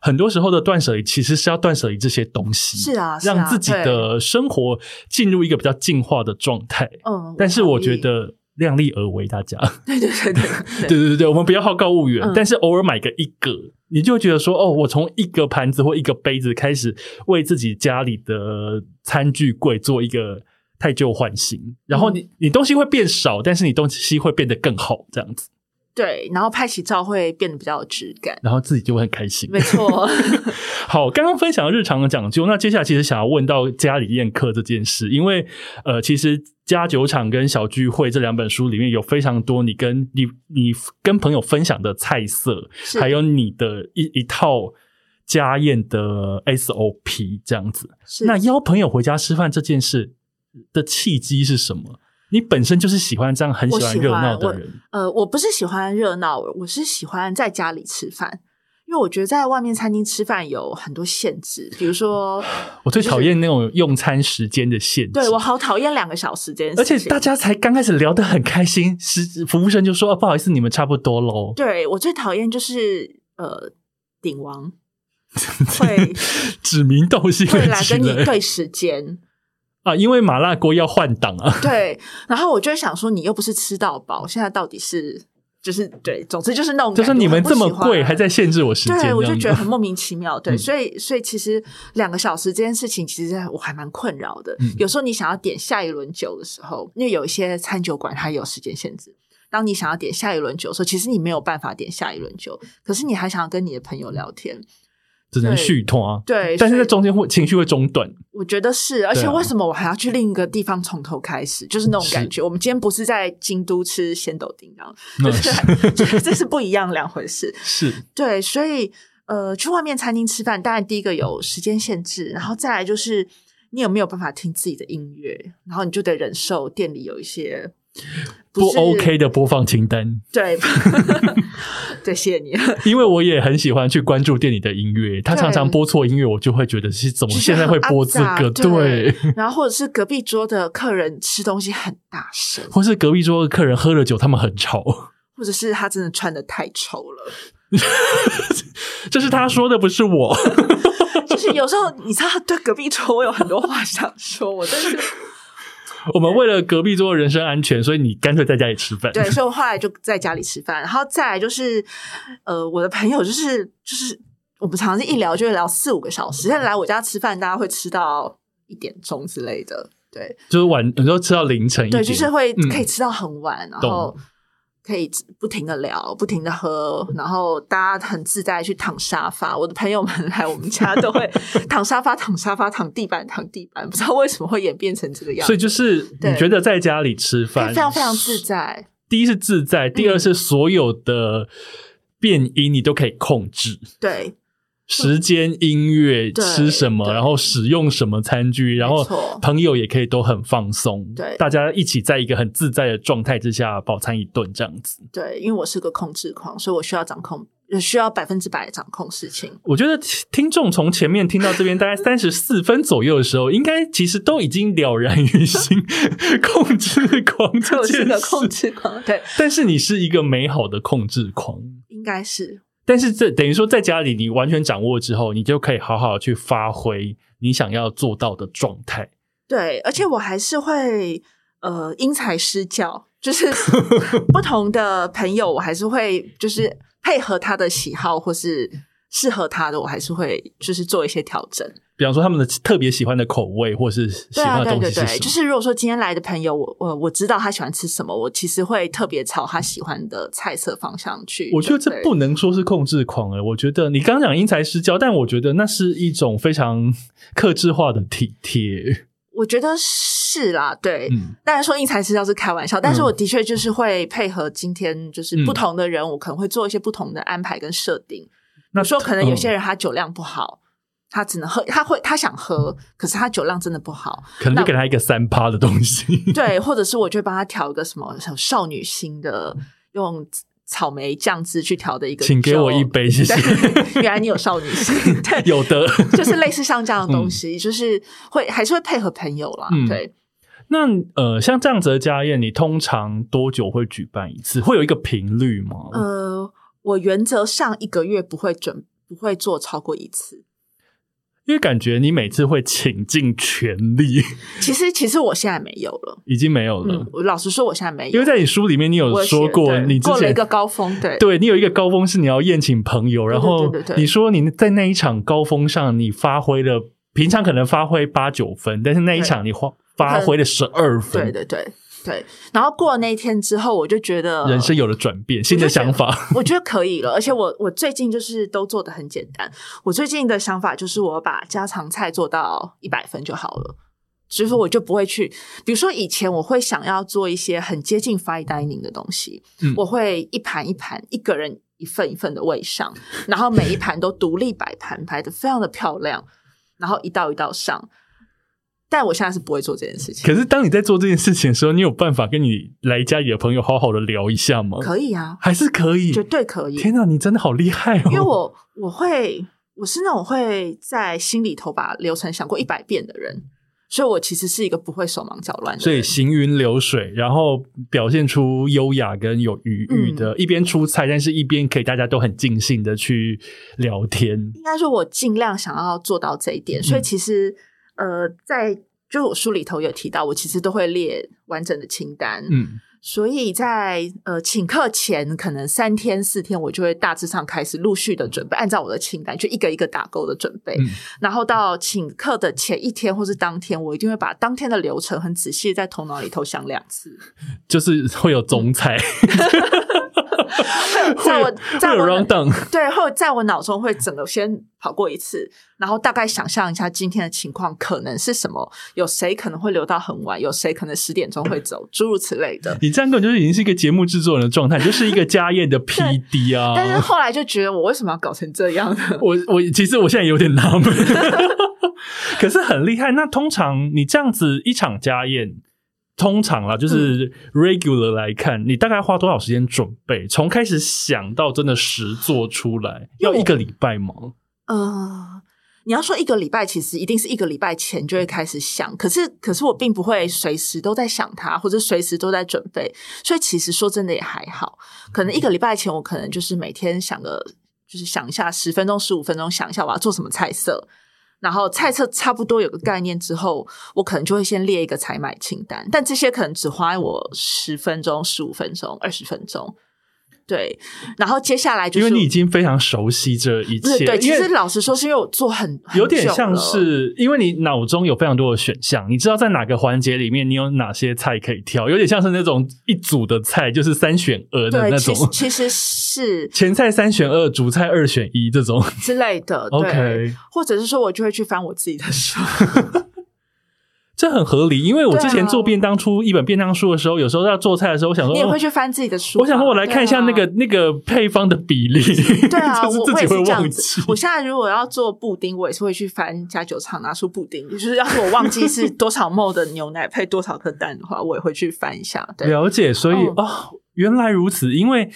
很多时候的断舍离其实是要断舍离这些东西，是啊，是啊让自己对的生活进入一个比较进化的状态。嗯，但是同我觉意得量力而为，大家。对对对 对对对对对，我们不要好高骛远，嗯但是偶尔买个一个，你就会觉得说，哦，我从一个盘子或一个杯子开始，为自己家里的餐具柜做一个太旧换新，然嗯后你、你东西会变少，但是你东西会变得更好，这样子，对，然后拍起照会变得比较有质感，然后自己就会很开心。没 错，好，刚刚分享了日常的讲究，那接下来其实想要问到家里宴客这件事，因为呃，其实《家酒厂》跟《小聚会》这两本书里面有非常多你跟你你跟朋友分享的菜色，是还有你的一一套家宴的 SOP 这样子。是那邀朋友回家吃饭这件事的契机是什么？你本身就是喜欢这样很喜我欢喜热欢闹的我人，呃，我不是喜欢热闹，我是喜欢在家里吃饭，因为我觉得在外面餐厅吃饭有很多限制，比如说，我最讨厌那种用餐时间的限制。对我好讨厌两个小时这件而事且情。大家才刚开始聊得很开心，是服务生就说、啊：“不好意思，你们差不多喽。对我最讨厌就是呃，顶王会”指名道姓会的来起跟你来对时间，啊，因为麻辣锅要换档啊，对，然后我就会想说，你又不是吃到饱，现在到底是就是对，总之就是那种就感觉说你们这么贵，还。我很不喜欢在限制我时间，对，我就这觉样得子很莫名其妙。对，嗯所以所以其实两个小时这件事情，其实我还蛮困扰的。嗯有时候你想要点下一轮酒的时候，因为有一些餐酒馆它有时间限制。当你想要点下一轮酒的时候，其实你没有办法点下一轮酒，可是你还想要跟你的朋友聊天。只能续拖啊。对，但是在所以中间会情绪会中断，我觉得是，而且对啊为什么我还要去另一个地方从头开始？就是那种感觉。我们今天不是在京都吃鲜豆丁 啊，那 就是是就是这是不一样两回事。是对，所以呃，去外面餐厅吃饭，当然第一个有时间限制，然后再来就是你有没有办法听自己的音乐，然后你就得忍受店里有一些不是 OK 的播放清 单。 对，对，谢谢你，因为我也很喜欢去关注店里的音乐，他常常播错音乐，我就会觉得是怎么就是现在会播这很个？阿杂对，然后或者是隔壁桌的客人吃东西很大声，或是隔壁桌的客人喝了酒，他们很 吵，或者是他真的穿的太丑了，这是他说的，不是 我。就是有时候你知道对隔壁桌我有很多话想说，我真是我们为了隔壁桌的人身安全，所以你干脆在家里吃饭。对，所以我后来就在家里吃饭，然后再来就是，呃，我的朋友就是就是我们常常是一聊就会聊四五个小时，但来我家吃饭，大家会吃到一点钟之类的，对就是晚，有时候吃到凌晨一点。对，就是会嗯可以吃到很晚，然后可以不停的聊，不停的喝，然后大家很自在地去躺沙发。我的朋友们来我们家都 会躺沙发、躺沙发、躺地板、躺地板，不知道为什么会演变成这个样所子以，就是你对觉得在家里吃可以饭非常非常自，嗯在。第一是自在，第二是所有的变音你都可以控制。对，时间、音乐、对吃什么，对然后使用什么餐具，然后错朋友也可以都很放松，对大家一起在一个很自在的状态之下饱餐一顿这样子。对，因为我是个控制狂，所以我需要掌控，呃需要百分之百掌控事情。我觉得听听众从前面听到这边大 概三十四分左右的时候，应该其实都已经了然于心， 控制狂这我是件个控事。制狂，对，但是你是一个美好的控制狂，应该是但是这等于说在家里你完全掌握之后，你就可以好好地去发挥你想要做到的状态。对，而且我还是会呃因材施教，就是 不同的朋友，我还是会就是配合他的喜好或是适合他的，我还是会就是做一些调整。比方说他们的特别喜欢的口味，或是喜对啊，欢的对东对西是对，就什么？是如果说今天来的朋友，我呃我我知道他喜欢吃什么，我其实会特别朝他喜欢的菜色方向去。我觉得这不能说是控制狂诶、我觉得你刚刚讲因材施教，但我觉得那是一种非常克制化的体贴。我觉得是啦，对。嗯，当然说因材施教是开玩笑，但是嗯我的确就是会配合今天就是不同的人，我可能会做一些不同的安排跟设定。比那嗯如说，可能有些人、人他酒量不好，他只能喝，他会他想喝，可是他酒量真的不好，可能就给他一个三趴的东西。 对，或者是我就会帮他调一个什么什么少女心的，用草莓酱汁去调的一个酒，请给我一杯，谢谢。对， 原来你有少女心，对， 有的。就是类似像这样的东西，就是会还是会配合朋友啦，嗯对。那呃，像这样子的家宴，你通常多久会举办一次？会有一个频率吗？呃，我原则上一个月不会准，不会做超过一次。因为感觉你每次会倾尽全力，其实，其实我现在没有了。已经没有了。嗯，我老实说，我现在没有，因为在你书里面，你有我写说过，对你之过了前一个高峰，对对你有一个高峰是你要宴请朋友，然后对对对你说你在那一场高峰上，你发挥了平常可能发挥八九分，但是那一场你发发挥了十二对分，对对对。然后过了那一天之后，我就觉得人生有了转变，新的想法。我觉得可以了，而且我我最近就是都做的很简单。我最近的想法就是，我把家常菜做到一百分就好了。所以说，我就不会去，比如说以前我会想要做一些很接近 fine dining 的东西，嗯我会一盘一盘，一个人一份一份的喂上，然后每一盘都独立摆盘，摆的非常的漂亮，然后一道一道上。但我现在是不会做这件事情，可是当你在做这件事情的时候，你有办法跟你来家里的朋友好好的聊一下吗？可以啊，还是可以？绝对可以。天哪，你真的好厉害哦！因为我我会我是那种会在心里头把流程想过一百遍的人，所以我其实是一个不会手忙脚乱的所以人。行云流水，然后表现出优雅跟有余裕的，嗯一边出菜，但是一边可以大家都很尽兴的去聊天。应该说，我尽量想要做到这一点。所以嗯其实呃，在就是我书里头有提到，我其实都会列完整的清单。嗯，所以在呃请客前，可能三天四天，我就会大致上开始陆续的准备，按照我的清单去一个一个打勾的准备。嗯然后到请客的前一天或是当天，我一定会把当天的流程很仔细地在头脑里头想两次。就是会有总裁， 在我在 会有我 round 脑 down，对，会在我脑中会整个先跑过一次，然后大概想象一下今天的情况可能是什么，有谁可能会留到很晚，有谁可能十点钟会走，诸如此类的。你这样根本就是已经是一个节目制作人的状态，你就是一个家宴的 PD 啊。 但是后来就觉得我为什么要搞成这样呢？我我其实我现在有点纳闷， 可是很厉害。那通常你这样子一场家宴，通常啦，就是嗯 regular 来看，你大概花多少时间准备？从开始想到真的实做出来，因要为我一个礼拜吗？呃，你要说一个礼拜，其实一定是一个礼拜前嗯就会开始想，可是可是我并不会随时都在想它，或者随时都在准备，所以其实说真的也还好。嗯可能一个礼拜前，我可能就是每天想个，就是想一下十分钟、十五分钟，想一下我要做什么菜色。然后菜色差不多有个概念之后，我可能就会先列一个采买清单，但这些可能只花我十分钟、十五分钟、二十分钟，对。然后接下来就因是为你已经非常熟悉这一对切，对，其因为实老实说，是因为我做很有点像，很久了是，因为你脑中有非常多的选项，你知道在哪个环节里面你有哪些菜可以挑，有点像是那种一组的菜就是三选二的那对，其种实，其实是 前菜三选二，主菜二选一这种。之类 的，对 OK 哦或者是说我就会去翻我自己的书，这很合理，因为我之前做便当出一本便当书的时候，有时候要做菜的时候，我想说，你也会哦去翻自己的书吧。我想说，我来看一下那个、那个配方的比例， 对啊，就对啊是我自我己也会是这忘样记子。。我现在如果要做布丁，我也是会去翻家酒厂拿出布丁，就是要是我忘记是多少 ml 的牛奶配多少颗蛋的话，我也会去翻一下。对，了解，所以嗯哦，原来如此，因为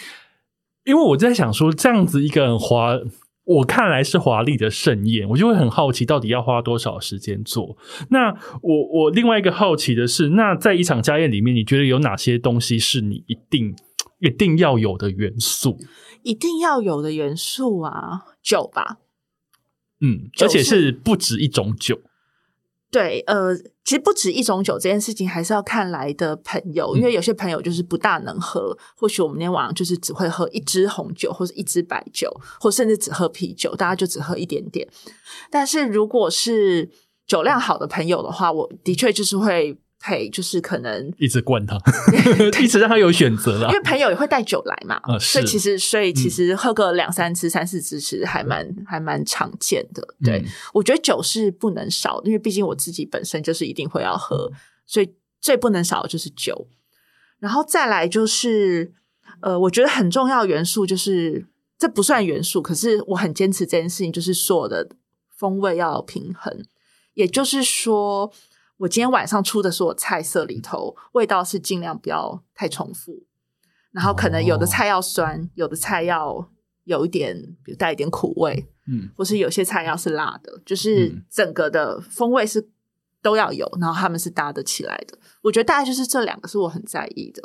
因为我在想说，这样子一个很华，我看来是华丽的盛宴，我就会很好奇，到底要花多少时间做？那我我另外一个好奇的是，那在一场家宴里面，你觉得有哪些东西是你一定一定要有的元素？一定要有的元素啊，酒吧，嗯，酒而且是是不止一种酒。对，呃，其实不止一种酒这件事情，还是要看来的朋友，嗯因为有些朋友就是不大能喝，或许我们那天晚上就是只会喝一支红酒，或是一支白酒，或甚至只喝啤酒，大家就只喝一点点。但是如果是酒量好的朋友的话，嗯我的确就是会配，就是可能一直灌 他，一直让他有选择啦因。为朋友也会带酒来嘛，呃所是以嗯其实所以其实喝个两三支、三四支，其实还蛮还蛮常见的。对、嗯我觉得酒是不能少的，因为毕竟我自己本身就是一定会要喝，所以最不能少的就是酒。然后再来就是，呃，我觉得很重要的元素就是，这不算元素，可是我很坚持这件事情，就是所有的风味要平衡。也就是说，我今天晚上出的所有菜色里头，味道是尽量不要太重复。然后可能有的菜要酸，有的菜要有一点，比如带一点苦味，嗯，或是有些菜要是辣的，就是嗯整个的风味是都要有，然后他们是搭得起来的。我觉得大概就是这两个是我很在意的。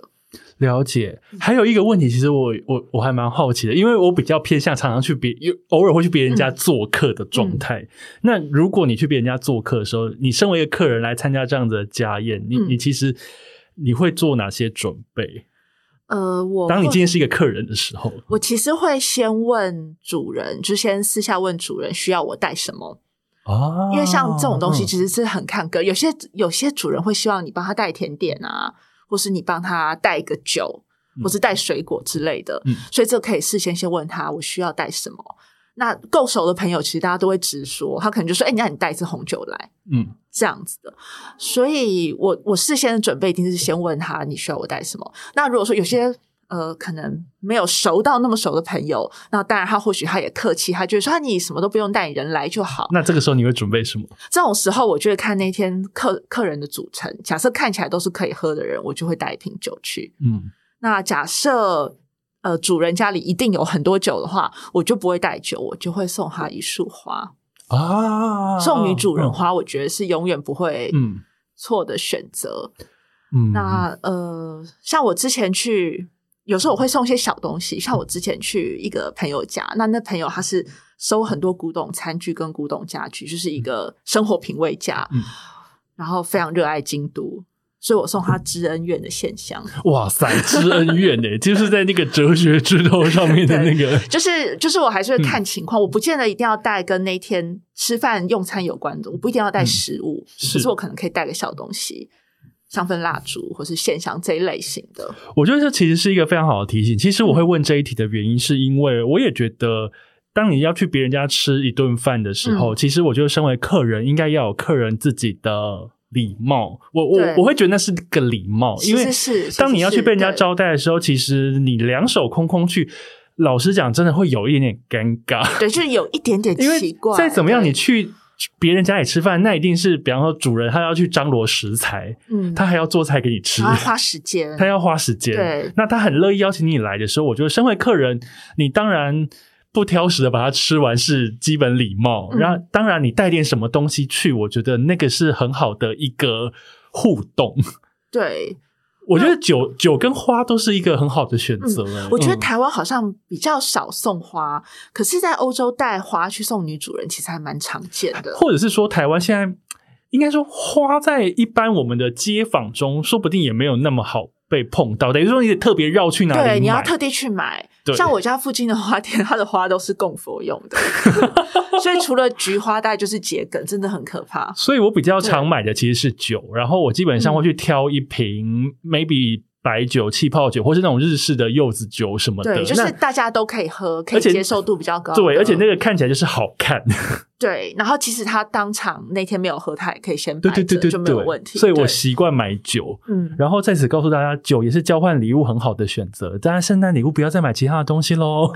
了解。还有一个问题，其实我我我还蛮好奇的，因为我比较偏向常常去别，有偶尔会去别人家做客的嗯状态。那如果你去别人家做客的时候，你身为一个客人来参加这样的家宴，你嗯你其实你会做哪些准备？呃，我当你会今天是一个客人的时候，我其实会先问主人，就先私下问主人需要我带什么，啊，因为像这种东西嗯其实是很看个，有些有些主人会希望你帮他带甜点啊，或是你帮他带一个酒，嗯或是带水果之类的，嗯所以这可以事先先问他我需要带什么。那够熟的朋友，其实大家都会直说，他可能就说：“哎、那你带一支红酒来。”嗯这样子的，所以我我事先的准备一定是先问他你需要我带什么。那如果说有些呃可能没有熟到那么熟的朋友，那当然他或许他也客气，他就会说、啊、你什么都不用带，你人来就好。那这个时候你会准备什么？这种时候，我就会看那天客客人的组成。假设看起来都是可以喝的人，我就会带一瓶酒去。嗯，那假设呃主人家里一定有很多酒的话，我就不会带酒，我就会送他一束花，啊，送女主人嗯花。我觉得是永远不会嗯错的选择。嗯，那呃，像我之前去，有时候我会送一些小东西。像我之前去一个朋友家，那那朋友他是收很多古董餐具跟古董家具，就是一个生活品味家，嗯然后非常热爱京都，所以我送他知恩院的线 香，哇塞，知恩怨呢， 就是在那个哲学之道上面的那个，就是就是我还是嗯会看情况，我不见得一定要带跟那天吃饭用餐有关的，我不一定要带嗯食物，是可是我可能可以带个小东西。香氛蜡烛或是线香这一类型的，我觉得这其实是一个非常好的提醒。其实我会问这一题的原因，是因为我也觉得。当你要去别人家吃一顿饭的时嗯候，其实我觉得身为客人，应该要有客人自己的礼貌。我我对我会觉得那是个礼貌，因为是是是，当你要去被人家招。对招待的时候，其实你两手空空去，老实讲，真的会有一点点尴尬。对，就是有一点点因奇为怪。再怎么样，对你去别人家里吃饭，那一定是比方说主人他要去张罗食材，嗯，他还要做菜给你吃，然后啊花时间，他要花时间对。那他很乐意邀请你来的时候，我觉得身为客人，你当然。不挑食的把它吃完是基本礼貌，嗯然后当然你带点什么东西去，我觉得那个是很好的一个互动。对，我觉得酒酒跟花都是一个很好的选择、欸我觉得嗯台湾好像比较少送花，可是，在欧洲带花去送女主人，其实还蛮常见的。或者是说台湾现在应该说花在一般我们的街坊中，说不定也没有那么好被碰到，等于说你得特别绕去哪里对，你要买特地去买对。像我家附近的花店，它的花都是供佛用 的，所以除了菊花，大概就是桔梗，真的很可怕。所以我比较常买的其实是酒，然后我基本嗯上会去挑一瓶、maybe 白酒、气泡酒，或是那种日式的柚子酒什么的。对，就那是大家都可以喝，可而以且接受度比较高的。哎对，而且那个看起来就是好看，对，然后即使他当场那天没有喝，他也可以先摆对着，对对对就没有对，问题。所以我对习惯买酒。嗯，然后在此告诉大家，酒也是交换礼物很好的选择。当然，圣诞礼物不要再买其他的东西 喽。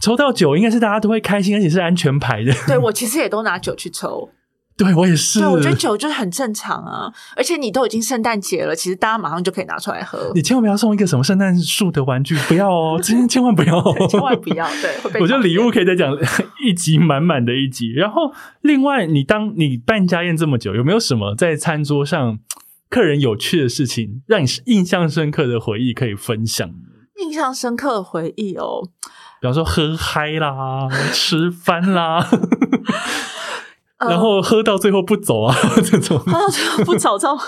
抽到酒应该是大家都会开心，而且是安全牌的。对我其实也都拿酒去抽。对我也是，对，我觉得酒就是很正常啊，而且你都已经圣诞节了，其实大家马上就可以拿出来喝，，你千万不要送一个什么圣诞树的玩具，不要哦，千千万不要、哦 千万不要对。会 被我觉得讨厌礼物可以再讲一集满满的一集。然后，另外，你当你办家宴这么久，有没有什么在餐桌上客人有趣的事情，让你印象深刻的回忆可以分享？印象深刻的回忆哦。 比方说喝嗨啦、吃翻啦， 呃然后喝到最后不走 啊，这种喝到 最后不走之后，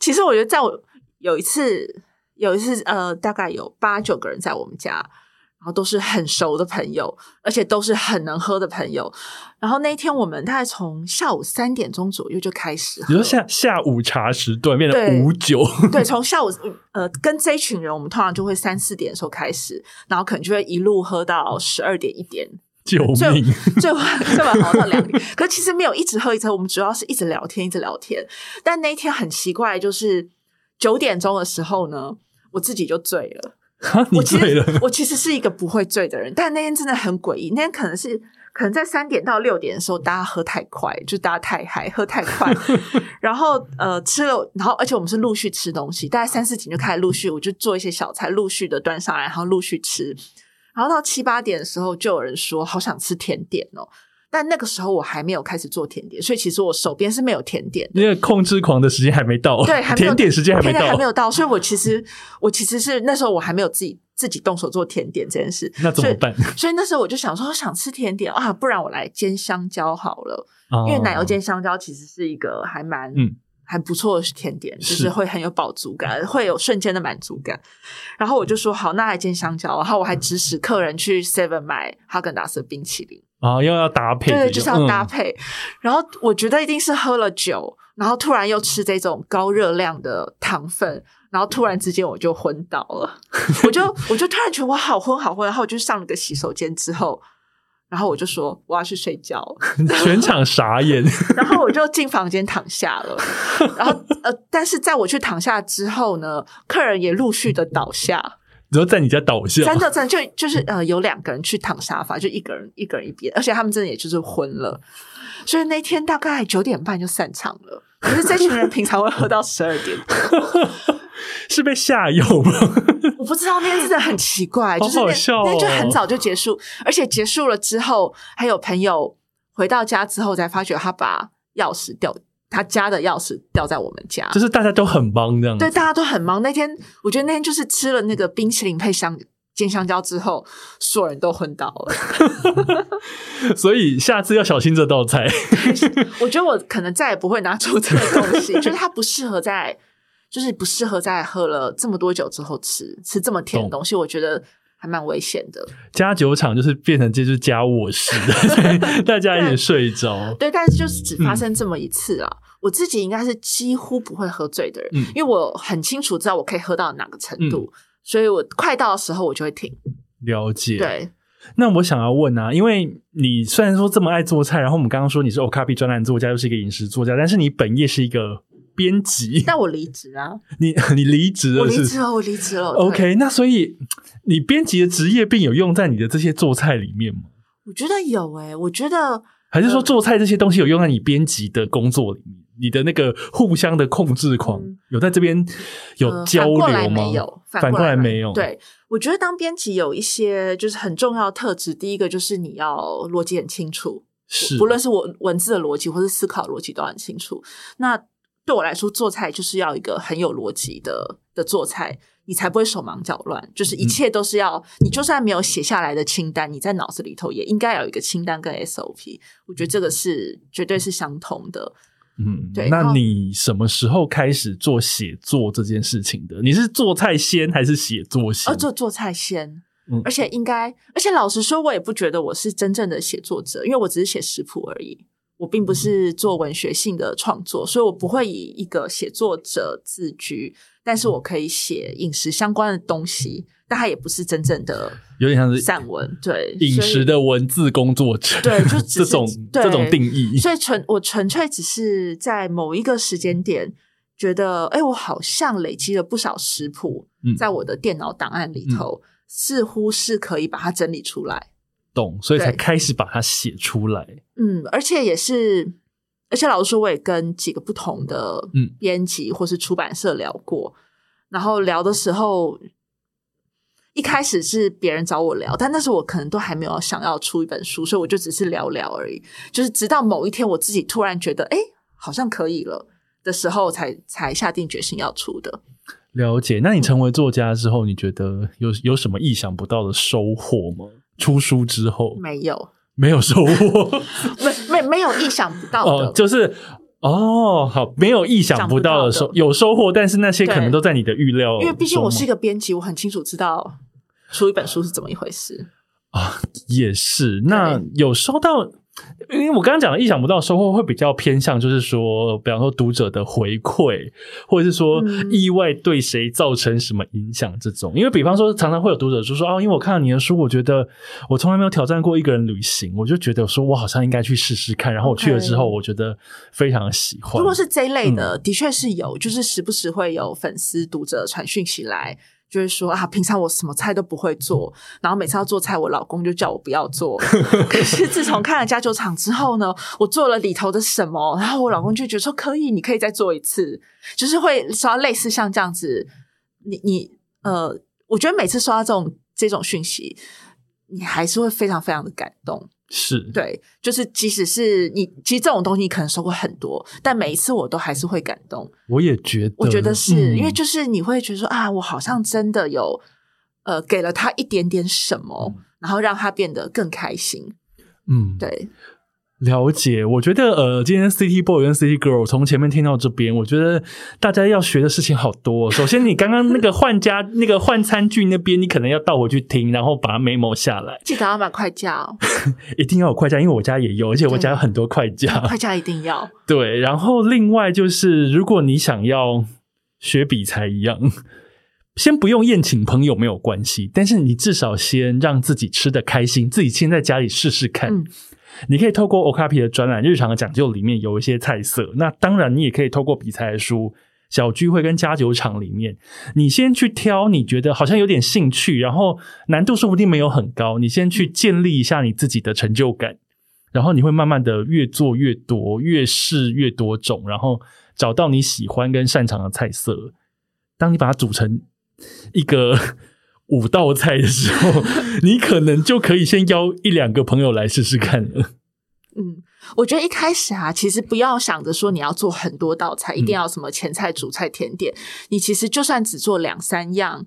其实我觉得在我有一次有一次呃，大概有八九个人在我们家，然后都是很熟的朋友，而且都是很能喝的朋友。然后那一天我们大概从下午三点钟左右就开始你喝说，下下午茶时段变对成午酒，对，从下午呃跟这一群人，我们通常就会三四点的时候开始，然后可能就会一路喝到十二点一点，救最命！ 最晚最晚熬到两点。可其实没有一直喝一直喝，我们主要是一直聊天，一直聊天。但那一天很奇怪，就是九点钟的时候呢，我自己就醉了。啊你我其醉实了，我其实是一个不会醉的人，但那天真的很诡异。那天可能是可能在三点到六点的时候，大家喝太快，就大家太嗨，喝 太快，然后呃吃了，然后而且我们是陆续吃东西，大概三四点就开始陆续，我就做一些小菜，陆续的端上来，然后陆续吃。然后到七八点的时候，就有人说好想吃甜点哦，但那个时候我还没有开始做甜点，所以其实我手边是没有甜点的因为控制狂的时间还没到，对，还没 有甜点时间还没甜点还到没，有到，所以我其实我其实是那时候我还没有自己自己动手做甜点这件事，那怎么办？所以？所以那时候我就想说，我想吃甜点啊，不然我来煎香蕉好了，因为奶油哦煎香蕉其实是一个还蛮嗯还不错的甜点，就是是会很有饱足感，会有瞬间的满足感。然后我就说好，那来煎香蕉，然后我还指使客人去 Seven 买哈根达斯的冰淇淋。啊，又要搭配这个，对，就是要搭嗯配。然后我觉得一定是喝了酒，然后突然又吃这种高热量的糖分，然后突然之间我就昏倒了，我就我就突然觉得我好昏好昏，然后我就上了个洗手间之后。然后我就说我要去睡觉，嗯 全场傻眼， 然后我就进房间躺下了。然后呃，但是在我去躺下之后呢，客人也陆续的倒下，然后在你家倒下，真的真的就就是呃，有两个人去躺沙发，就一个人一个人一边，而且他们真的也就是昏了，所以那天大概九点半就散场了。可是这群人平常会喝到十二点多，是被下药吧？我不知道那天真的很奇怪，就是好好那笑哦那天就很早就结束，而且结束了之后，还有朋友回到家之后才发觉他把钥匙掉，他家的钥匙掉在我们家， 就是大家都很忙这样子，对，大家都很忙。那天我觉得那天就是吃了那个冰淇淋配香煎香蕉之后，所有人都昏倒了。所以下次要小心这道菜。我觉得我可能再也不会拿出这个东西， 就是它不适合在，就是不适合在喝了这么多酒之后吃吃这么甜的东西，我觉得还蛮危险的。加酒厂就是变成这就是加卧室， 大家也睡着。对，但是就是只发生这么一次啊。我自己应该是几乎不会喝醉的人，嗯因为我很清楚知道我可以喝到哪个程度，所以我快到的时候我就会停。了解。，对，那我想要问啊，因为你虽然说这么爱做菜，然后我们刚刚说你是 Okapi 专栏作家，又是一个饮食作家，但是你本业是一个编辑，但我离职啊，你 你离职我了离是职了，我离职了。对 OK，那所以你编辑的职业病有用在你的这些做菜里面吗？我觉得有诶、我觉得还是说嗯做菜这些东西有用在你编辑的工作里面？你的那个互相的控制狂、嗯有在这边有呃交反过流来吗？没有，反过过来没没有对，我觉得当编辑有一些就是很重要的特质，第一个就是你要逻辑很清楚，是不论是我文字的逻辑或是思考的逻辑都很清楚。那对我来说，做菜就是要一个很有逻辑的的做菜。你才不会手忙脚乱，就是嗯一切都是要、你就算没有写下来的清单，你在脑子里头也应该有一个清单跟 SOP。我觉得这个是绝对是相同的。嗯，对然那后你什么时候开始做写作这件事情的？你是做菜先还是写作先？哦，做做菜先，嗯而且应该，而且老实说，我也不觉得我是真正的写作者，因为我只是写食谱而已，我并嗯不是做文学性的创作，所以我不会以一个写作者自居，但是嗯我可以写饮食相关的东西，但它也不是真正的有点像是散文，对，呃饮所以食的文字工作者，对就只 这是种对这种定义。所以纯我纯粹只是在某一个时间点觉得，哎、我好像累积了不少食谱嗯，在我的电脑档案里头，似乎是可以把它整理出来。懂，所以才对开始把它写出来。嗯，而且也是，而且老实说，我也跟几个不同的嗯编辑或是出版社聊过，然后聊的时候。一开始是别人找我聊，但那时候我可能都还没有想要出一本书，所以我就只是聊聊而已。就是直到某一天，我自己突然觉得，哎、好像可以了的时候才，才下定决心要出的。了解。那你成为作家之后，你觉得有有什么意想嗯不到的收获吗？出书之后没有，没有收获，没没没没有意想不到的，哦，就是哦，好，没有意想不到的想不收到的有收获，但是那些对可能都在你的预料中嘛，因为毕竟我是一个编辑，我很清楚知道出一本书是怎么一回事。也是，那对有收到，因为我刚刚讲的意想不到的收获会比较偏向，就是说，比方说读者的回馈，或者是说嗯意外对谁造成什么影响这种。因为比方说，常常会有读者就说：“哦，因为我看了你的书，我觉得我从来没有挑战过一个人旅行，我就觉得说我好像应该去试试看。”然后我去了之后， OK 我觉得非常喜欢。如果是这一类的，的确是有，就是时不时会有粉丝读者传讯息来，就是说啊，平常我什么菜都不会做，然后每次要做菜，我老公就叫我不要做。 可是自从看了家酒厂之后呢，我做了里头的什么，然后我老公就觉得说可以，你可以再做一次，就是会收到类似像这样子，你你呃，我觉得每次收到这种这种讯息，你还是会非常非常的感动。是对，就是即使是你，其实这种东西你可能收过很多，但每一次我都还是会感动。我也觉得，我觉得是、嗯因为就是你会觉得说啊，我好像真的有呃给了他一点点什么，然后让他变得更开心。嗯，对，了解，我觉得呃，今天 City Boy 跟 City Girl 从前面听到这边，我觉得大家要学的事情好多哦、首先，你刚刚那个换家那个换餐具那边，你可能要倒回去听，然后把它 memo 下来，记得要买快价哦，一定要有快架，因为我家也有，而且我家有很多快架。快价一定要。对，然后另外就是，如果你想要学比才一样。 先不用宴请朋友没有关系，但是你至少先让自己吃的开心，自己先在家里试试看。嗯你可以透过 Okapi 的专栏《日常的讲究》里面有一些菜色，那当然你也可以透过比赛的书。小聚会跟家酒场里面，你先去挑你觉得好像有点兴趣，然后难度说不定没有很高，你先去建立一下你自己的成就感，然后你会慢慢的越做越多，越试越多种，然后找到你喜欢跟擅长的菜色。当你把它组成一个五道菜的时 候，你可能就可以先邀一两个朋友来试试看了。嗯，我觉得一开始啊，其实不要想着说你要做很多道菜，一定要什么前菜、主菜、甜点。你其实就算只做两三样，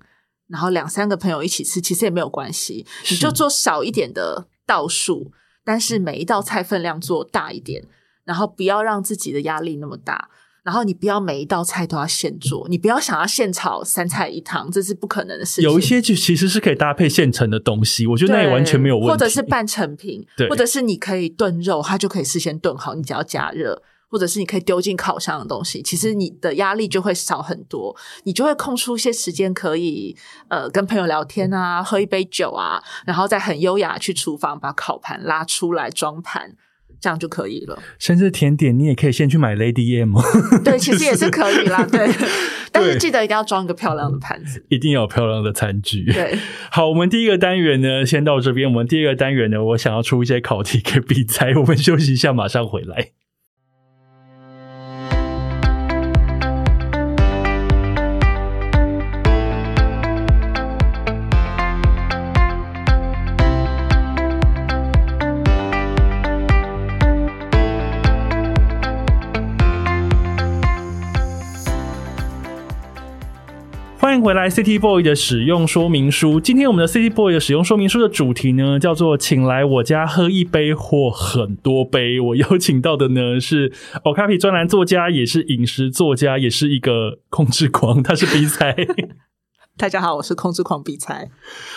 然后两三个朋友一起吃，其实也没有关系。是你就做少一点的道数，但是每一道菜分量做大一点，然后不要让自己的压力那么大。然后你不要每一道菜都要现做，你不要想要现炒三菜一汤，这是不可能的事情。有一些就其实是可以搭配现成的东西，我觉得那也对完全没有问题。或者是半成品对，或者是你可以炖肉，它就可以事先炖好，你只要加热，或者是你可以丢进烤箱的东西，其实你的压力就会少很多，你就会空出一些时间可以呃跟朋友聊天啊，喝一杯酒啊，然后再很优雅去厨房把烤盘拉出来装盘。这样就可以 了，甚至甜点，你也可以先去买 Lady M，哦 对，其实也是可以啦， 对。但是记得一定要装一个漂亮的盘子，一定要有漂亮的餐具。 对，好，我们第一个单元呢，先到这边。我们第二个单元呢，我想要出一些考题给比赛，我们休息一下，马上回来。欢迎回来，City Boy 的使用说明书。今天我们的 City Boy 的使用说明书的主题呢，叫做“请来我家喝一杯或很多杯”。我邀请到的呢是 Okapi 专栏作家，也是饮食作家，也是一个控制狂，他是比赛。大家好，我是控制狂比才。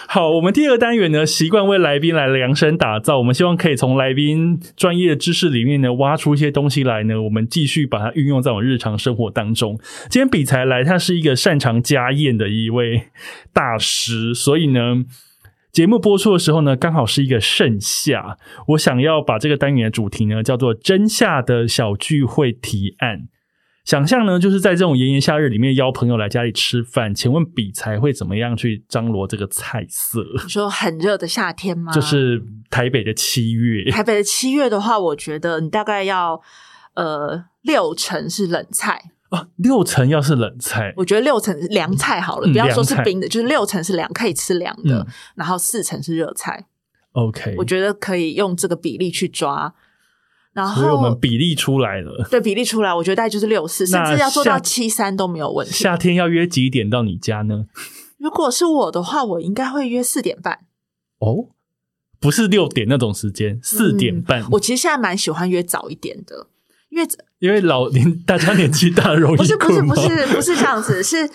好，我们第二单元呢，习惯为来宾来量身打造。我们希望可以从来宾专业知识里面呢，挖出一些东西来呢，我们继续把它运用在我们日常生活当中。今天比才来，他是一个擅长家宴的一位大师，所以呢。节目播出的时候呢，刚好是一个盛夏。我想要把这个单元的主题呢，叫做“真夏的小聚会提案”。想象呢，就是在这种炎炎夏日里面邀朋友来家里吃饭，请问比才会怎么样去张罗这个菜色？你说很热的夏天吗？就是台北的七月，台北的七月的话，我觉得你大概要呃六成是冷菜，啊，六成要是冷菜，我觉得六成凉菜好了，嗯不要说是凉菜冰的，就是六成是凉可以吃凉的，嗯然后四成是热菜， ，OK，我觉得可以用这个比例去抓，然所以我们后比例出来了。对比例出来，我觉得大概就是六四，甚那至要做夏到七三都没有问题。夏天要约几点到你家呢？如果是我的话，我应该会约四点半。哦，不是六点那种时间，四点半，嗯我其实现在蛮喜欢约早一点的，因为因为老年大家年纪大容易不是不是困不嘛。是不是这样子，是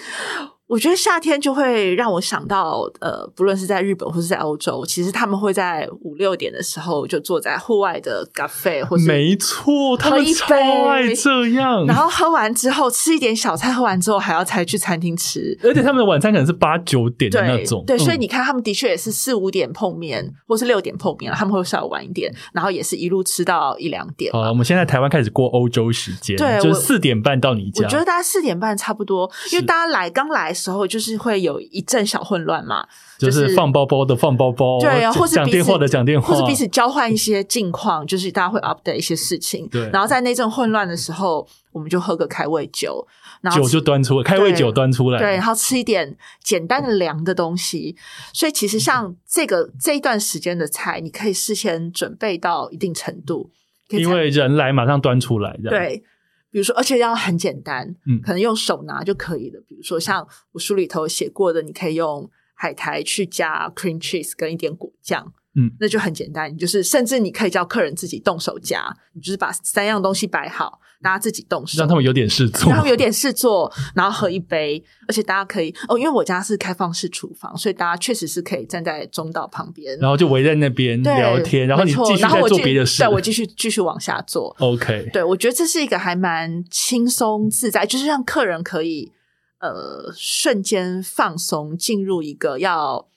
我觉得夏天就会让我想到，呃，不论是在日本或是在欧洲，其实他们会在五六点的时候就坐在户外的咖啡或是。没错，他们一杯超爱这样。然后喝完之后吃一点小菜，喝完之后还要才去餐厅吃。而且他们的晚餐可能是八九点的那对种，对，嗯所以你看，他们的确也是四五点碰面，或是六点碰面，他们会稍微晚一点，然后也是一路吃到一两点。好了，我们现在台湾开始过欧洲时间，对就是我四点半到你我家。觉得大家四点半差不多，因为大家来刚来的时候就是会有一阵小混乱嘛，就就是是放包包的放包包，对啊，或是讲彼此电话的讲电话，或是彼此交换一些近况，就是大家会 update 一些事情。对然后在那阵混乱的时候，我们就喝个开胃酒，然后酒吃就端出来，开胃对酒端出来，对，然后吃一点简单的凉的东西。所以其实像这个这一段时间的菜，你可以事先准备到一定程度，可以因采为人来马上端出来，这样，对。比如说，而且要很简单，嗯可能用手拿就可以了。比如说，像我书里头写过的，你可以用海苔去加 cream cheese 跟一点果酱，嗯，那就很简单。你就是甚至你可以叫客人自己动手加，你就是把三样东西摆好，大家自己动手，让他们有点事做让。他们有点事做，然后喝一杯，而且大家可以哦，因为我家是开放式厨房，所以大家确实是可以站在中岛旁边 然后就围在那边对聊天，然后你没错继续然后在我做继别的事。对我继续继续往下做。 OK，对，我觉得这是一个还蛮轻松自在，就是让客人可以呃瞬间放松，进入一个要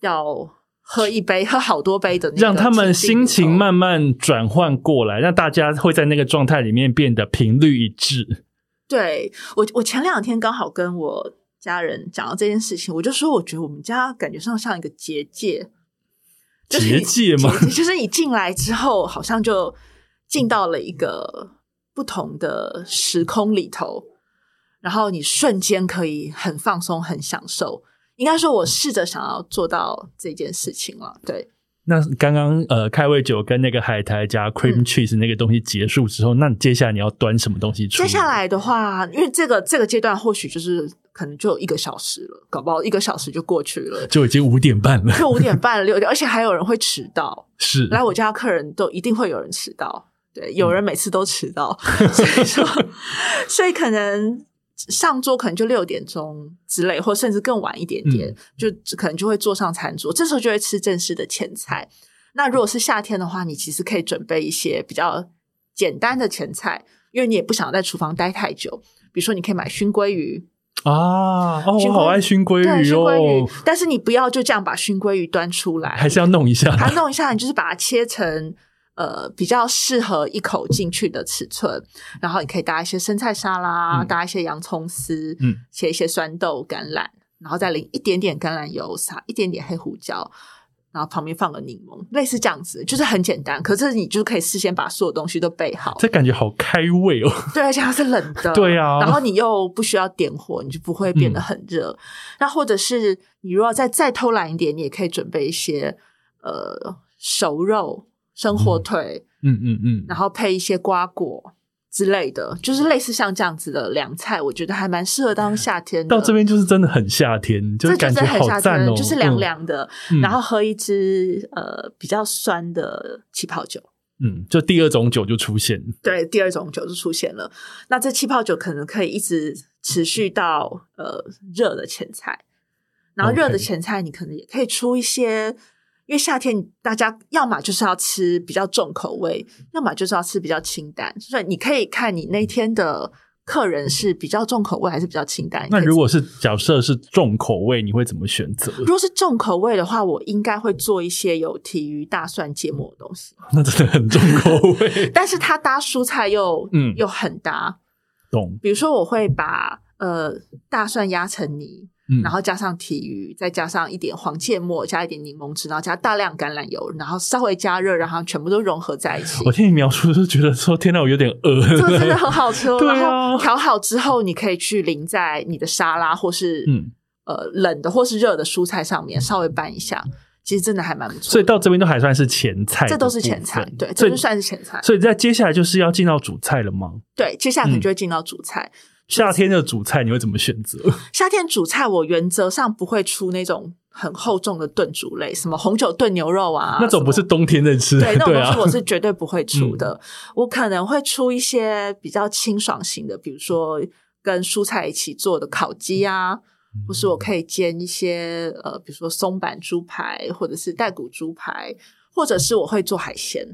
要喝一杯、喝好多杯的那个让他们情境心里情头慢慢转换过来，让大家会在那个状态里面变得频率一 致。对我，我前两天刚好跟我家人讲到这件事情，我就说我觉得我们家感觉上像一个结界，就是你结界吗结就是你进来之后，好像就进到了一个不同的时空里头，然后你瞬间可以很放松、很享受。应该说，我试着想要做到这件事情了。对，那刚刚呃，开胃酒跟那个海苔加 cream 嗯 cheese 那个东西结束之后，那你接下来你要端什么东西出？接下，来的话，因为这个这个阶段或许就是可能就有一个小时了，搞不好一个小时就过去了。就已经五点半了， 就五点半六点，而且还有人会迟到。是来我家客人都一定会有人迟到，对，有嗯人每次都迟到， 所以说，所以可能上桌可能就六点钟之类，或甚至更晚一点嗯点，就可能就会坐上餐桌，这时候就会吃正式的前菜。那如果是夏天的话，你其实可以准备一些比较简单的前菜，因为你也不想在厨房待太久。比如说，你可以买熏鲑鱼，啊，哦，我熏鲑好爱熏鲑对，鱼熏鲑哦鱼，，但是你不要就这样把熏鲑鱼端出来，还是要弄一下。它弄一下，你就是把它切成呃比较适合一口进去的尺寸，然后你可以搭一些生菜沙拉，嗯搭一些洋葱丝，嗯，切一些酸豆、橄榄，然后再淋一点点橄榄油，撒一点点黑胡椒。然后旁边放个柠檬，类似这样子，就是很简单。可是你就可以事先把所有东西都备好， 这感觉好开胃哦， 对，而且它是冷的，对啊嗯然后你又不需要点火，你就不会变得很热。那或者是你如果再再偷懒一点，你也可以准备一些呃熟肉、生火腿，嗯嗯嗯，然后配一些瓜果之类的，就是类似像这样子的凉菜，我觉得还蛮适合当夏天的。哎到这边就是真的很夏天，就这就感是觉很夏好赞天，哦，就是凉凉的，嗯。然后喝一支呃比较酸的气泡酒。嗯，嗯，就第二种酒就出现，对，第二种酒就出现了。那这气泡酒可能可以一直持续到呃热的前菜，然后热 OK 的前菜你可能也可以出一些，因为夏天大家要么就是要吃比较重口味，要么就是要吃比较清淡，所以你可以看你那天的客人是比较重口味还是比较清淡。你那可以如果是假设是重口味，你会怎么选择？ 如果是重口味的话，我应该会做一些有提鱼、大蒜、芥末的东西，那真的很重口 味，但是它搭蔬菜又嗯又很搭，懂？比如说，我会把呃大蒜压成泥，嗯，然后加上体鱼，再加上一点黄芥末，加一点柠檬汁，然后加大量橄榄油，然后稍微加热，让它全部都融合在一起我。听你描述就觉得说，天哪，我有点饿，这个真的很好吃哦。对啊然后调好之后，你可以去淋在你的沙拉或是、嗯，呃冷的或是热的蔬菜上面，稍微拌一下，其实真的还蛮不错的。 所以到这边都还算是前嗯菜，这都是前菜，对，所这以就算是前菜。所以在接下来就是要进到主菜了吗？对，接下来可嗯能就会进到主菜。夏天的主菜你会怎么选择？ 夏天煮菜，我原则上不会出那种很厚重的炖煮类，什么红酒炖牛肉啊，那种不是什么冬天在吃， 对那种东啊嗯西，我是绝对不会出的。我可能会出一些比较清爽型的，比如说跟蔬菜一起做的烤鸡啊，或是我可以煎一些呃，比如说松板猪排，或者是带骨猪排，或者是我会做海鲜，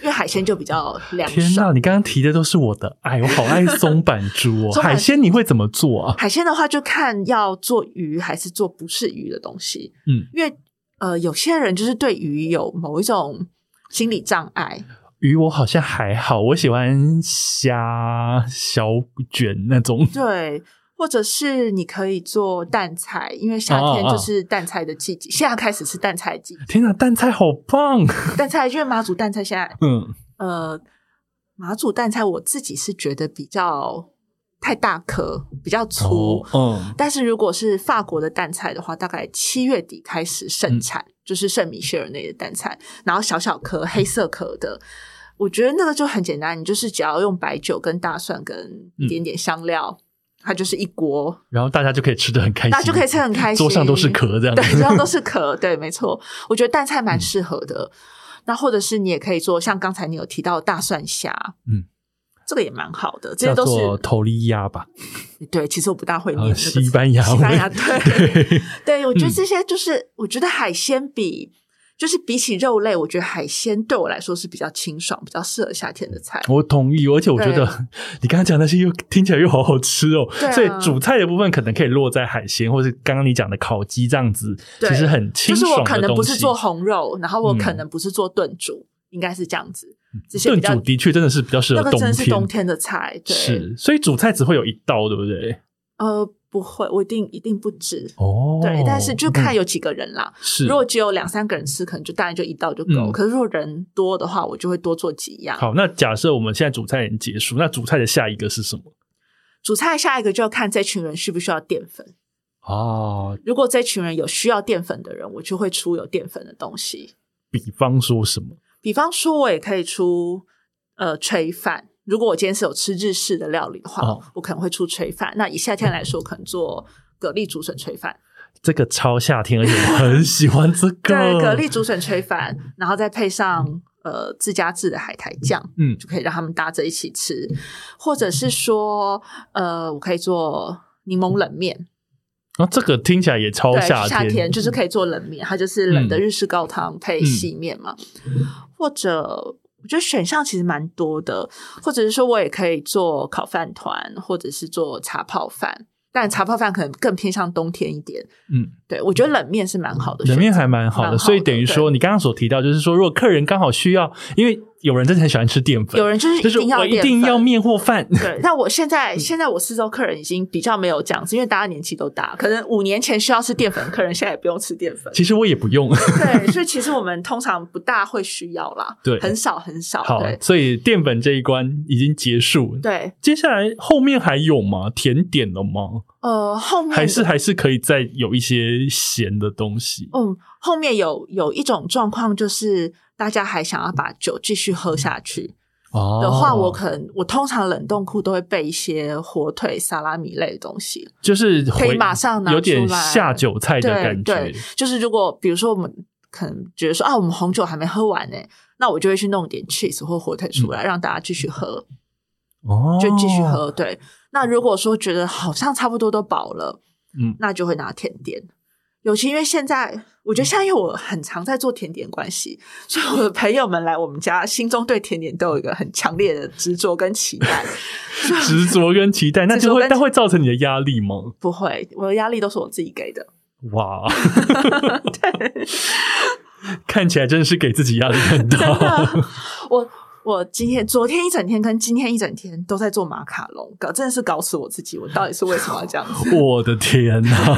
因为海鲜就比较凉天爽。呐，你刚刚提的都是我的爱，我好爱 松板猪哦。松板海鲜你会怎么做啊？海鲜的话，就看要做鱼还是做不是鱼的东西。嗯，因为呃，有些人就是对鱼有某一种心理障碍，鱼我好像还好，我喜欢虾小卷那种。对，或者是你可以做淡菜，因为夏天哦哦哦就是淡菜的季节，现在开始吃淡 菜季，天呐，蛋菜好棒！淡菜因为马祖淡菜现在 嗯，呃，马祖淡菜我自己是觉得比较太大颗，比较粗。哦，嗯，但是如果是法国的淡菜的话，大概七月底开始嗯盛产，就是圣米歇尔那的淡菜，然后小小颗黑色壳的。我觉得那个就很简单，你就是只要用白酒跟大蒜跟一点点香料，它就是一锅，然后大家就可以吃的很开心，大家就可以吃得很开心。桌上都是壳这样子 对，桌上都是壳，对，没错。我觉得淡菜蛮适合的。嗯那或者是你也可以做像刚才你有提到大蒜虾，嗯，这个也蛮好的，这叫些都做是头利鸭吧，对。其实我不大会然后念这个西班牙西文，班牙对。对，对，我觉得嗯这些就是，我觉得海鲜比就是比起肉类，我觉得海鲜对我来说是比较清爽，比较适合夏天的菜。 我同意，而且我觉得 你刚刚讲那些又听起来又好好吃哦，对啊所以主菜的部分可能可以落在海鲜，或是刚刚你讲的烤鸡这样子，对其实很就清是爽的我东西。可能不是做红肉，然后我嗯可能不是做炖煮，应该是这样子。这些比炖较煮的确真的是比较适那合个冬真天，的是冬天的菜，对，是所以主菜只会有一道，对不对？呃，不会，我一定一定不止。哦，对，但是就看嗯有几个人啦。是如果只有两三个人吃，可能就大概就一道就够。嗯可是如果人多的话，我就会多做几样。好，那假设我们现在主菜已经结束，那主菜的下一个是什 么？主菜下一个就要看这群人需不需要淀粉。啊，如果这群人有需要淀粉的人，我就会出有淀粉的东西。比方说什么？比方说，我也可以出呃炊饭。如果我今天是有吃日式的料理的话，哦我可能会出炊饭。那以夏天来说，我可能做蛤蜊竹笋炊饭，这个超夏天，而且我很喜欢这个。 对，蛤蜊，竹笋炊饭，然后再配上呃自家制的海苔酱，嗯，就可以让他们搭着一起吃。或者是说，呃，我可以做柠檬冷面，然后这个听起来也超对，夏嗯夏天就是可以做冷面，它就是冷的日式高汤配细面嘛，或者。我觉得选项其实蛮多的，或者是说我也可以做烤饭团，或者是做茶泡饭，但茶泡饭可能更偏向冬天一点。嗯，对我觉得冷面是蛮好的选人择，面还蛮好蛮的，好的所以等于说你刚刚所提到，就是说如果客人刚好需要，因为有人真的很喜欢吃淀粉，有人就是一就是定要我一淀定粉要面嗯或 饭，对，但我现在现在我四周客人已经比较没有这样子，因为大家年纪都大，可能五年前需要吃淀粉的客人，现在也不用吃淀粉。其实我也不用。 对，所以其实我们通常不大会需要啦，对很少很少。好对，所以淀粉这一关已经结束。对，接下来后面还有吗？甜点了吗？呃，后面还是还是可以再有一些咸的东西？嗯，后面有有一种状况就是，大家还想要把酒继续喝下去哦的话，我可能我通常冷冻库都会备一些火腿、沙拉米类的东西。就是回可以马上拿有点出来下酒菜的对感觉对。，就是如果比如说我们可能觉得说啊，我们红酒还没喝完呢，那我就会去弄点 cheese 或火腿出嗯来，让大家继续喝。哦，就继续。喝。对，那如果说觉得好像差不多都饱了，嗯那就会拿甜点。尤其因为现在，我觉嗯得现在因为我很常在做甜点关系，所以我的朋友们来我们家，心中对甜点都有一个很强烈的执着跟期待。执着跟期待，那 执着就会跟那会造成你的压力吗？不会，我的压力都是我自己给的。 哇， 看起来真的是给自己压力很大。 我我今天、昨天一整天跟今天一整天都在做马卡龙，搞真的是搞死我自己。我到底是为什么要这样 子？我的天哪！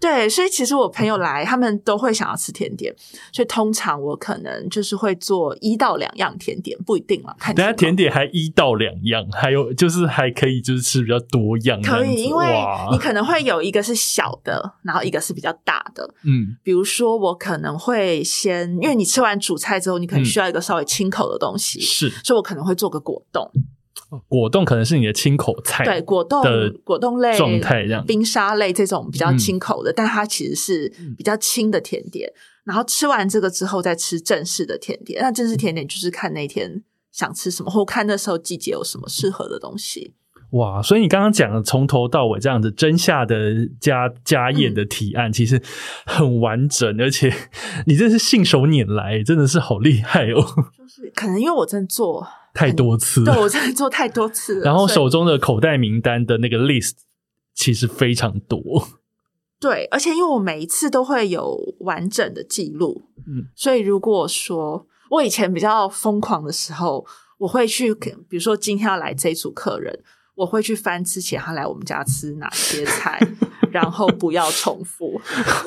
对，所以其实我朋友来，他们都会想要吃甜点，所以通常我可能就是会做一到两样甜点，不一定啦，看等下情况甜点还一到两样，还有就是还可以就是吃比较多样这样可子，以，因为哇你可能会有一个是小的，然后一个是比较大的。嗯比如说，我可能会先，因嗯为你吃完主菜之后，你可能需要一个稍微清口的东西，是所以我可能会做个果冻，果冻可能是你的亲口菜，对，果冻的、果冻类状态这样冰沙类这种比较嗯清口的，但它其实是比较轻的甜点。然后吃完这个之后，再吃正式的甜点。那正嗯式甜点就是看那天想吃什么，或看那时候季节有什么适合的东西。哇！所以你刚刚讲的从头到尾这样子真下的家家宴的提嗯案，其实很完整，而且你真是信手拈来，真的是好厉害哦，就是可能因为我真的 做，太多次对了。我真的做太多次了，然后所以手中的口袋名单的那个 list 其实非常多， 对，而且因为我每一次都会有完整的记录，嗯嗯，所以如果说我以前比较疯狂的时候，我会去，比如说今天要来这一组客人，我会去翻之前他来我们家吃哪些菜，然后不要重复，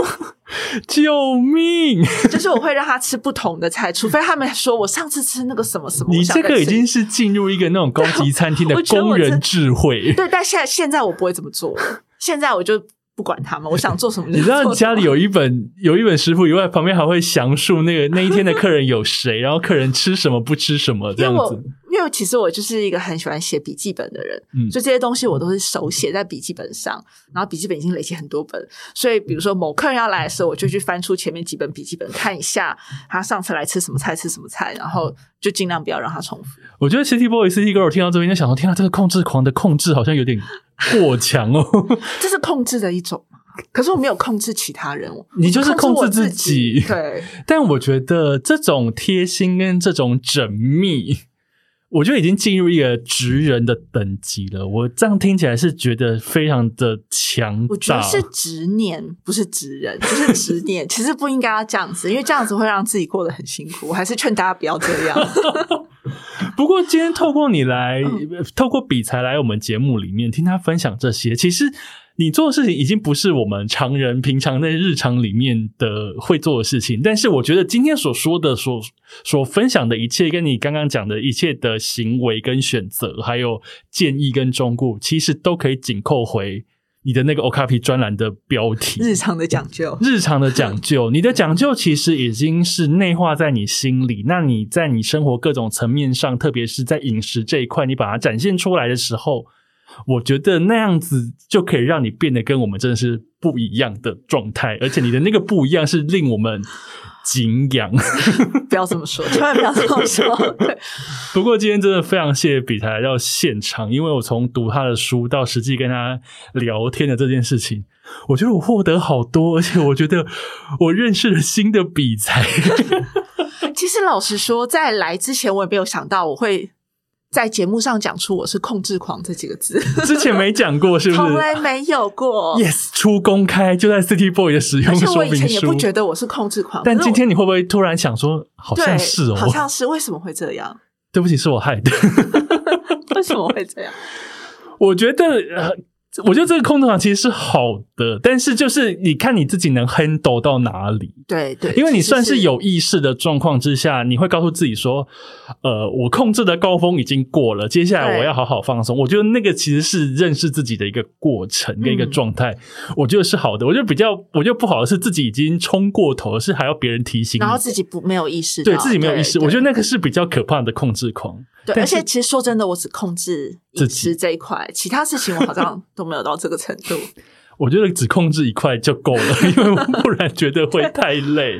救命！就是我会让他吃不同的菜，除非他们说我上次吃那个什么什么，你我想这再个已吃经是进入一个那种高级餐厅的 我觉得我工人真智慧。 对，但现在现在我不会这么做了，现在我就不管他们，我想做什么就你知道做什家里么有一本有一本食谱以外，旁边还会详述那个那一天的客人有谁，然后客人吃什么不吃什么这因为样我子。因为其实我就是一个很喜欢写笔记本的人，嗯所以这些东西我都是手写在笔记本上，然后笔记本已经累积很多本，所以比如说某客人要来的时候，我就去翻出前面几本笔记本看一下他上次来吃什么菜，吃什么菜，然后就尽量不要让 他重复。我觉得 City Boy、City Girl 听到这边就想说：天啊，这个控制狂的控制好像有点过强哦。这是控制的一种嘛？可是我没有控制其他人，我哦你就是控制我自自己 对，但我觉得这种贴心跟这种缜密，我觉得已经进入一个职人的等级了。我这样听起来是觉得非常的强大。我觉得是执念，不是执人，就是执念。 其实不应该要这样子，因为这样子会让自己过得很辛苦。我还是劝大家不要这样。 不过今天透过你来，呃透过比才来我们节目里面听他分享这些，其实你做的事情已经不是我们常人平常在日常里面的会做的事情。但是我觉得今天所说的、所所分享的一切，跟你刚刚讲的一切的行为跟选择，还有建议跟忠告，其实都可以紧扣回你的那个 Okapi 专栏的标题。日常的讲究。日常的讲究，你的讲究其实已经是内化在你心里。那你在你生活各种层面上，特别是在饮食这一块，你把它展现出来的时候，我觉得那样子就可以让你变得跟我们真的是不一样的状态。而且你的那个不一样是令我们敬仰。不要这么说，千万不要这么说。对， 不过今天真的非常谢谢比才来到现场，因为我从读他的书到实际跟他聊天的这件事情，我觉得我获得好多，而且我觉得我认识了新的比才。其实老实说，在来之前我也没有想到我会在节目上讲出我是控制狂这几个字， 之前没讲过，是不从是来没 有过。 ？Yes，初公开就在 City Boy 的使用而且说我以明前也书不。觉得我是控制狂，但可是今我天你会不会突然想说，好像对是哦？好像是为什么会 这样？对不起，是我害的。 为什么会这样？我觉得，呃，我觉得这个控制法其实是好的，但是就是你看你自己能 handle 到哪里。对对，因为你其实算是有意识的状况之下，你会告诉自己说，呃，我控制的高峰已经过了，接下来对我要好好放松。我觉得那个其实是认识自己的一个过程跟一个嗯状态，我觉得是好的。我觉得比较，我觉得不好的是自己已经冲过头了，是还要别人提醒你，然后自己不没有意识到，对自己没有意识。对我觉得那个是比较可怕的控制狂。对，但而是且其实说真的，我只控制自饮己食这一块，其他事情我好像都没有到这个程 度。我觉得只控制一块就够了，因为我不然觉得会太累。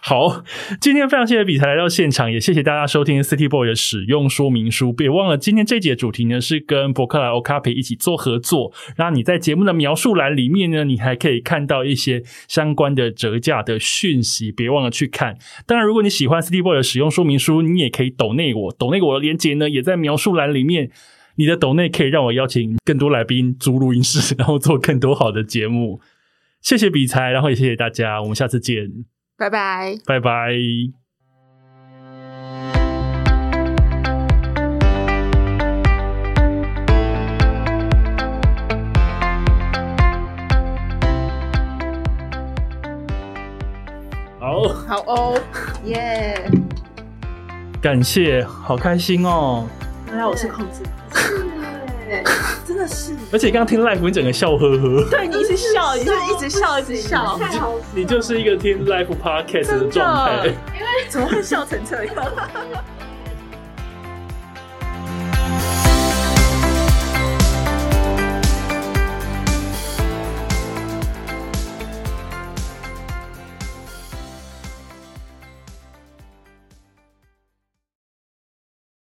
好，今天非常谢谢比才来到现场，也谢谢大家收听 City Boy 的使用说明书。别忘了，今天这节主题呢是跟博克莱 Okapi 一起做合作。然后你在节目的描述栏里面呢，你还可以看到一些相关的折价的讯息，别忘了去看。当然，如果你喜欢 City Boy 的使用说明书，你也可以抖内我，抖内我的链接呢也在描述栏里面。你的抖内可以让我邀请更多来宾租录音室，然后做更多好的节目。谢谢比才，然后也谢谢大家，我们下次见，拜拜。拜拜。好。好哦，耶、感谢，好开心哦！原来我是控制狂，对，真的是。而且刚刚听 live，你整个笑呵呵， 对，你一直笑，你就一直笑，一直笑，太好笑了你就是一个听 live podcast 的真状态的。。怎么会笑成这样？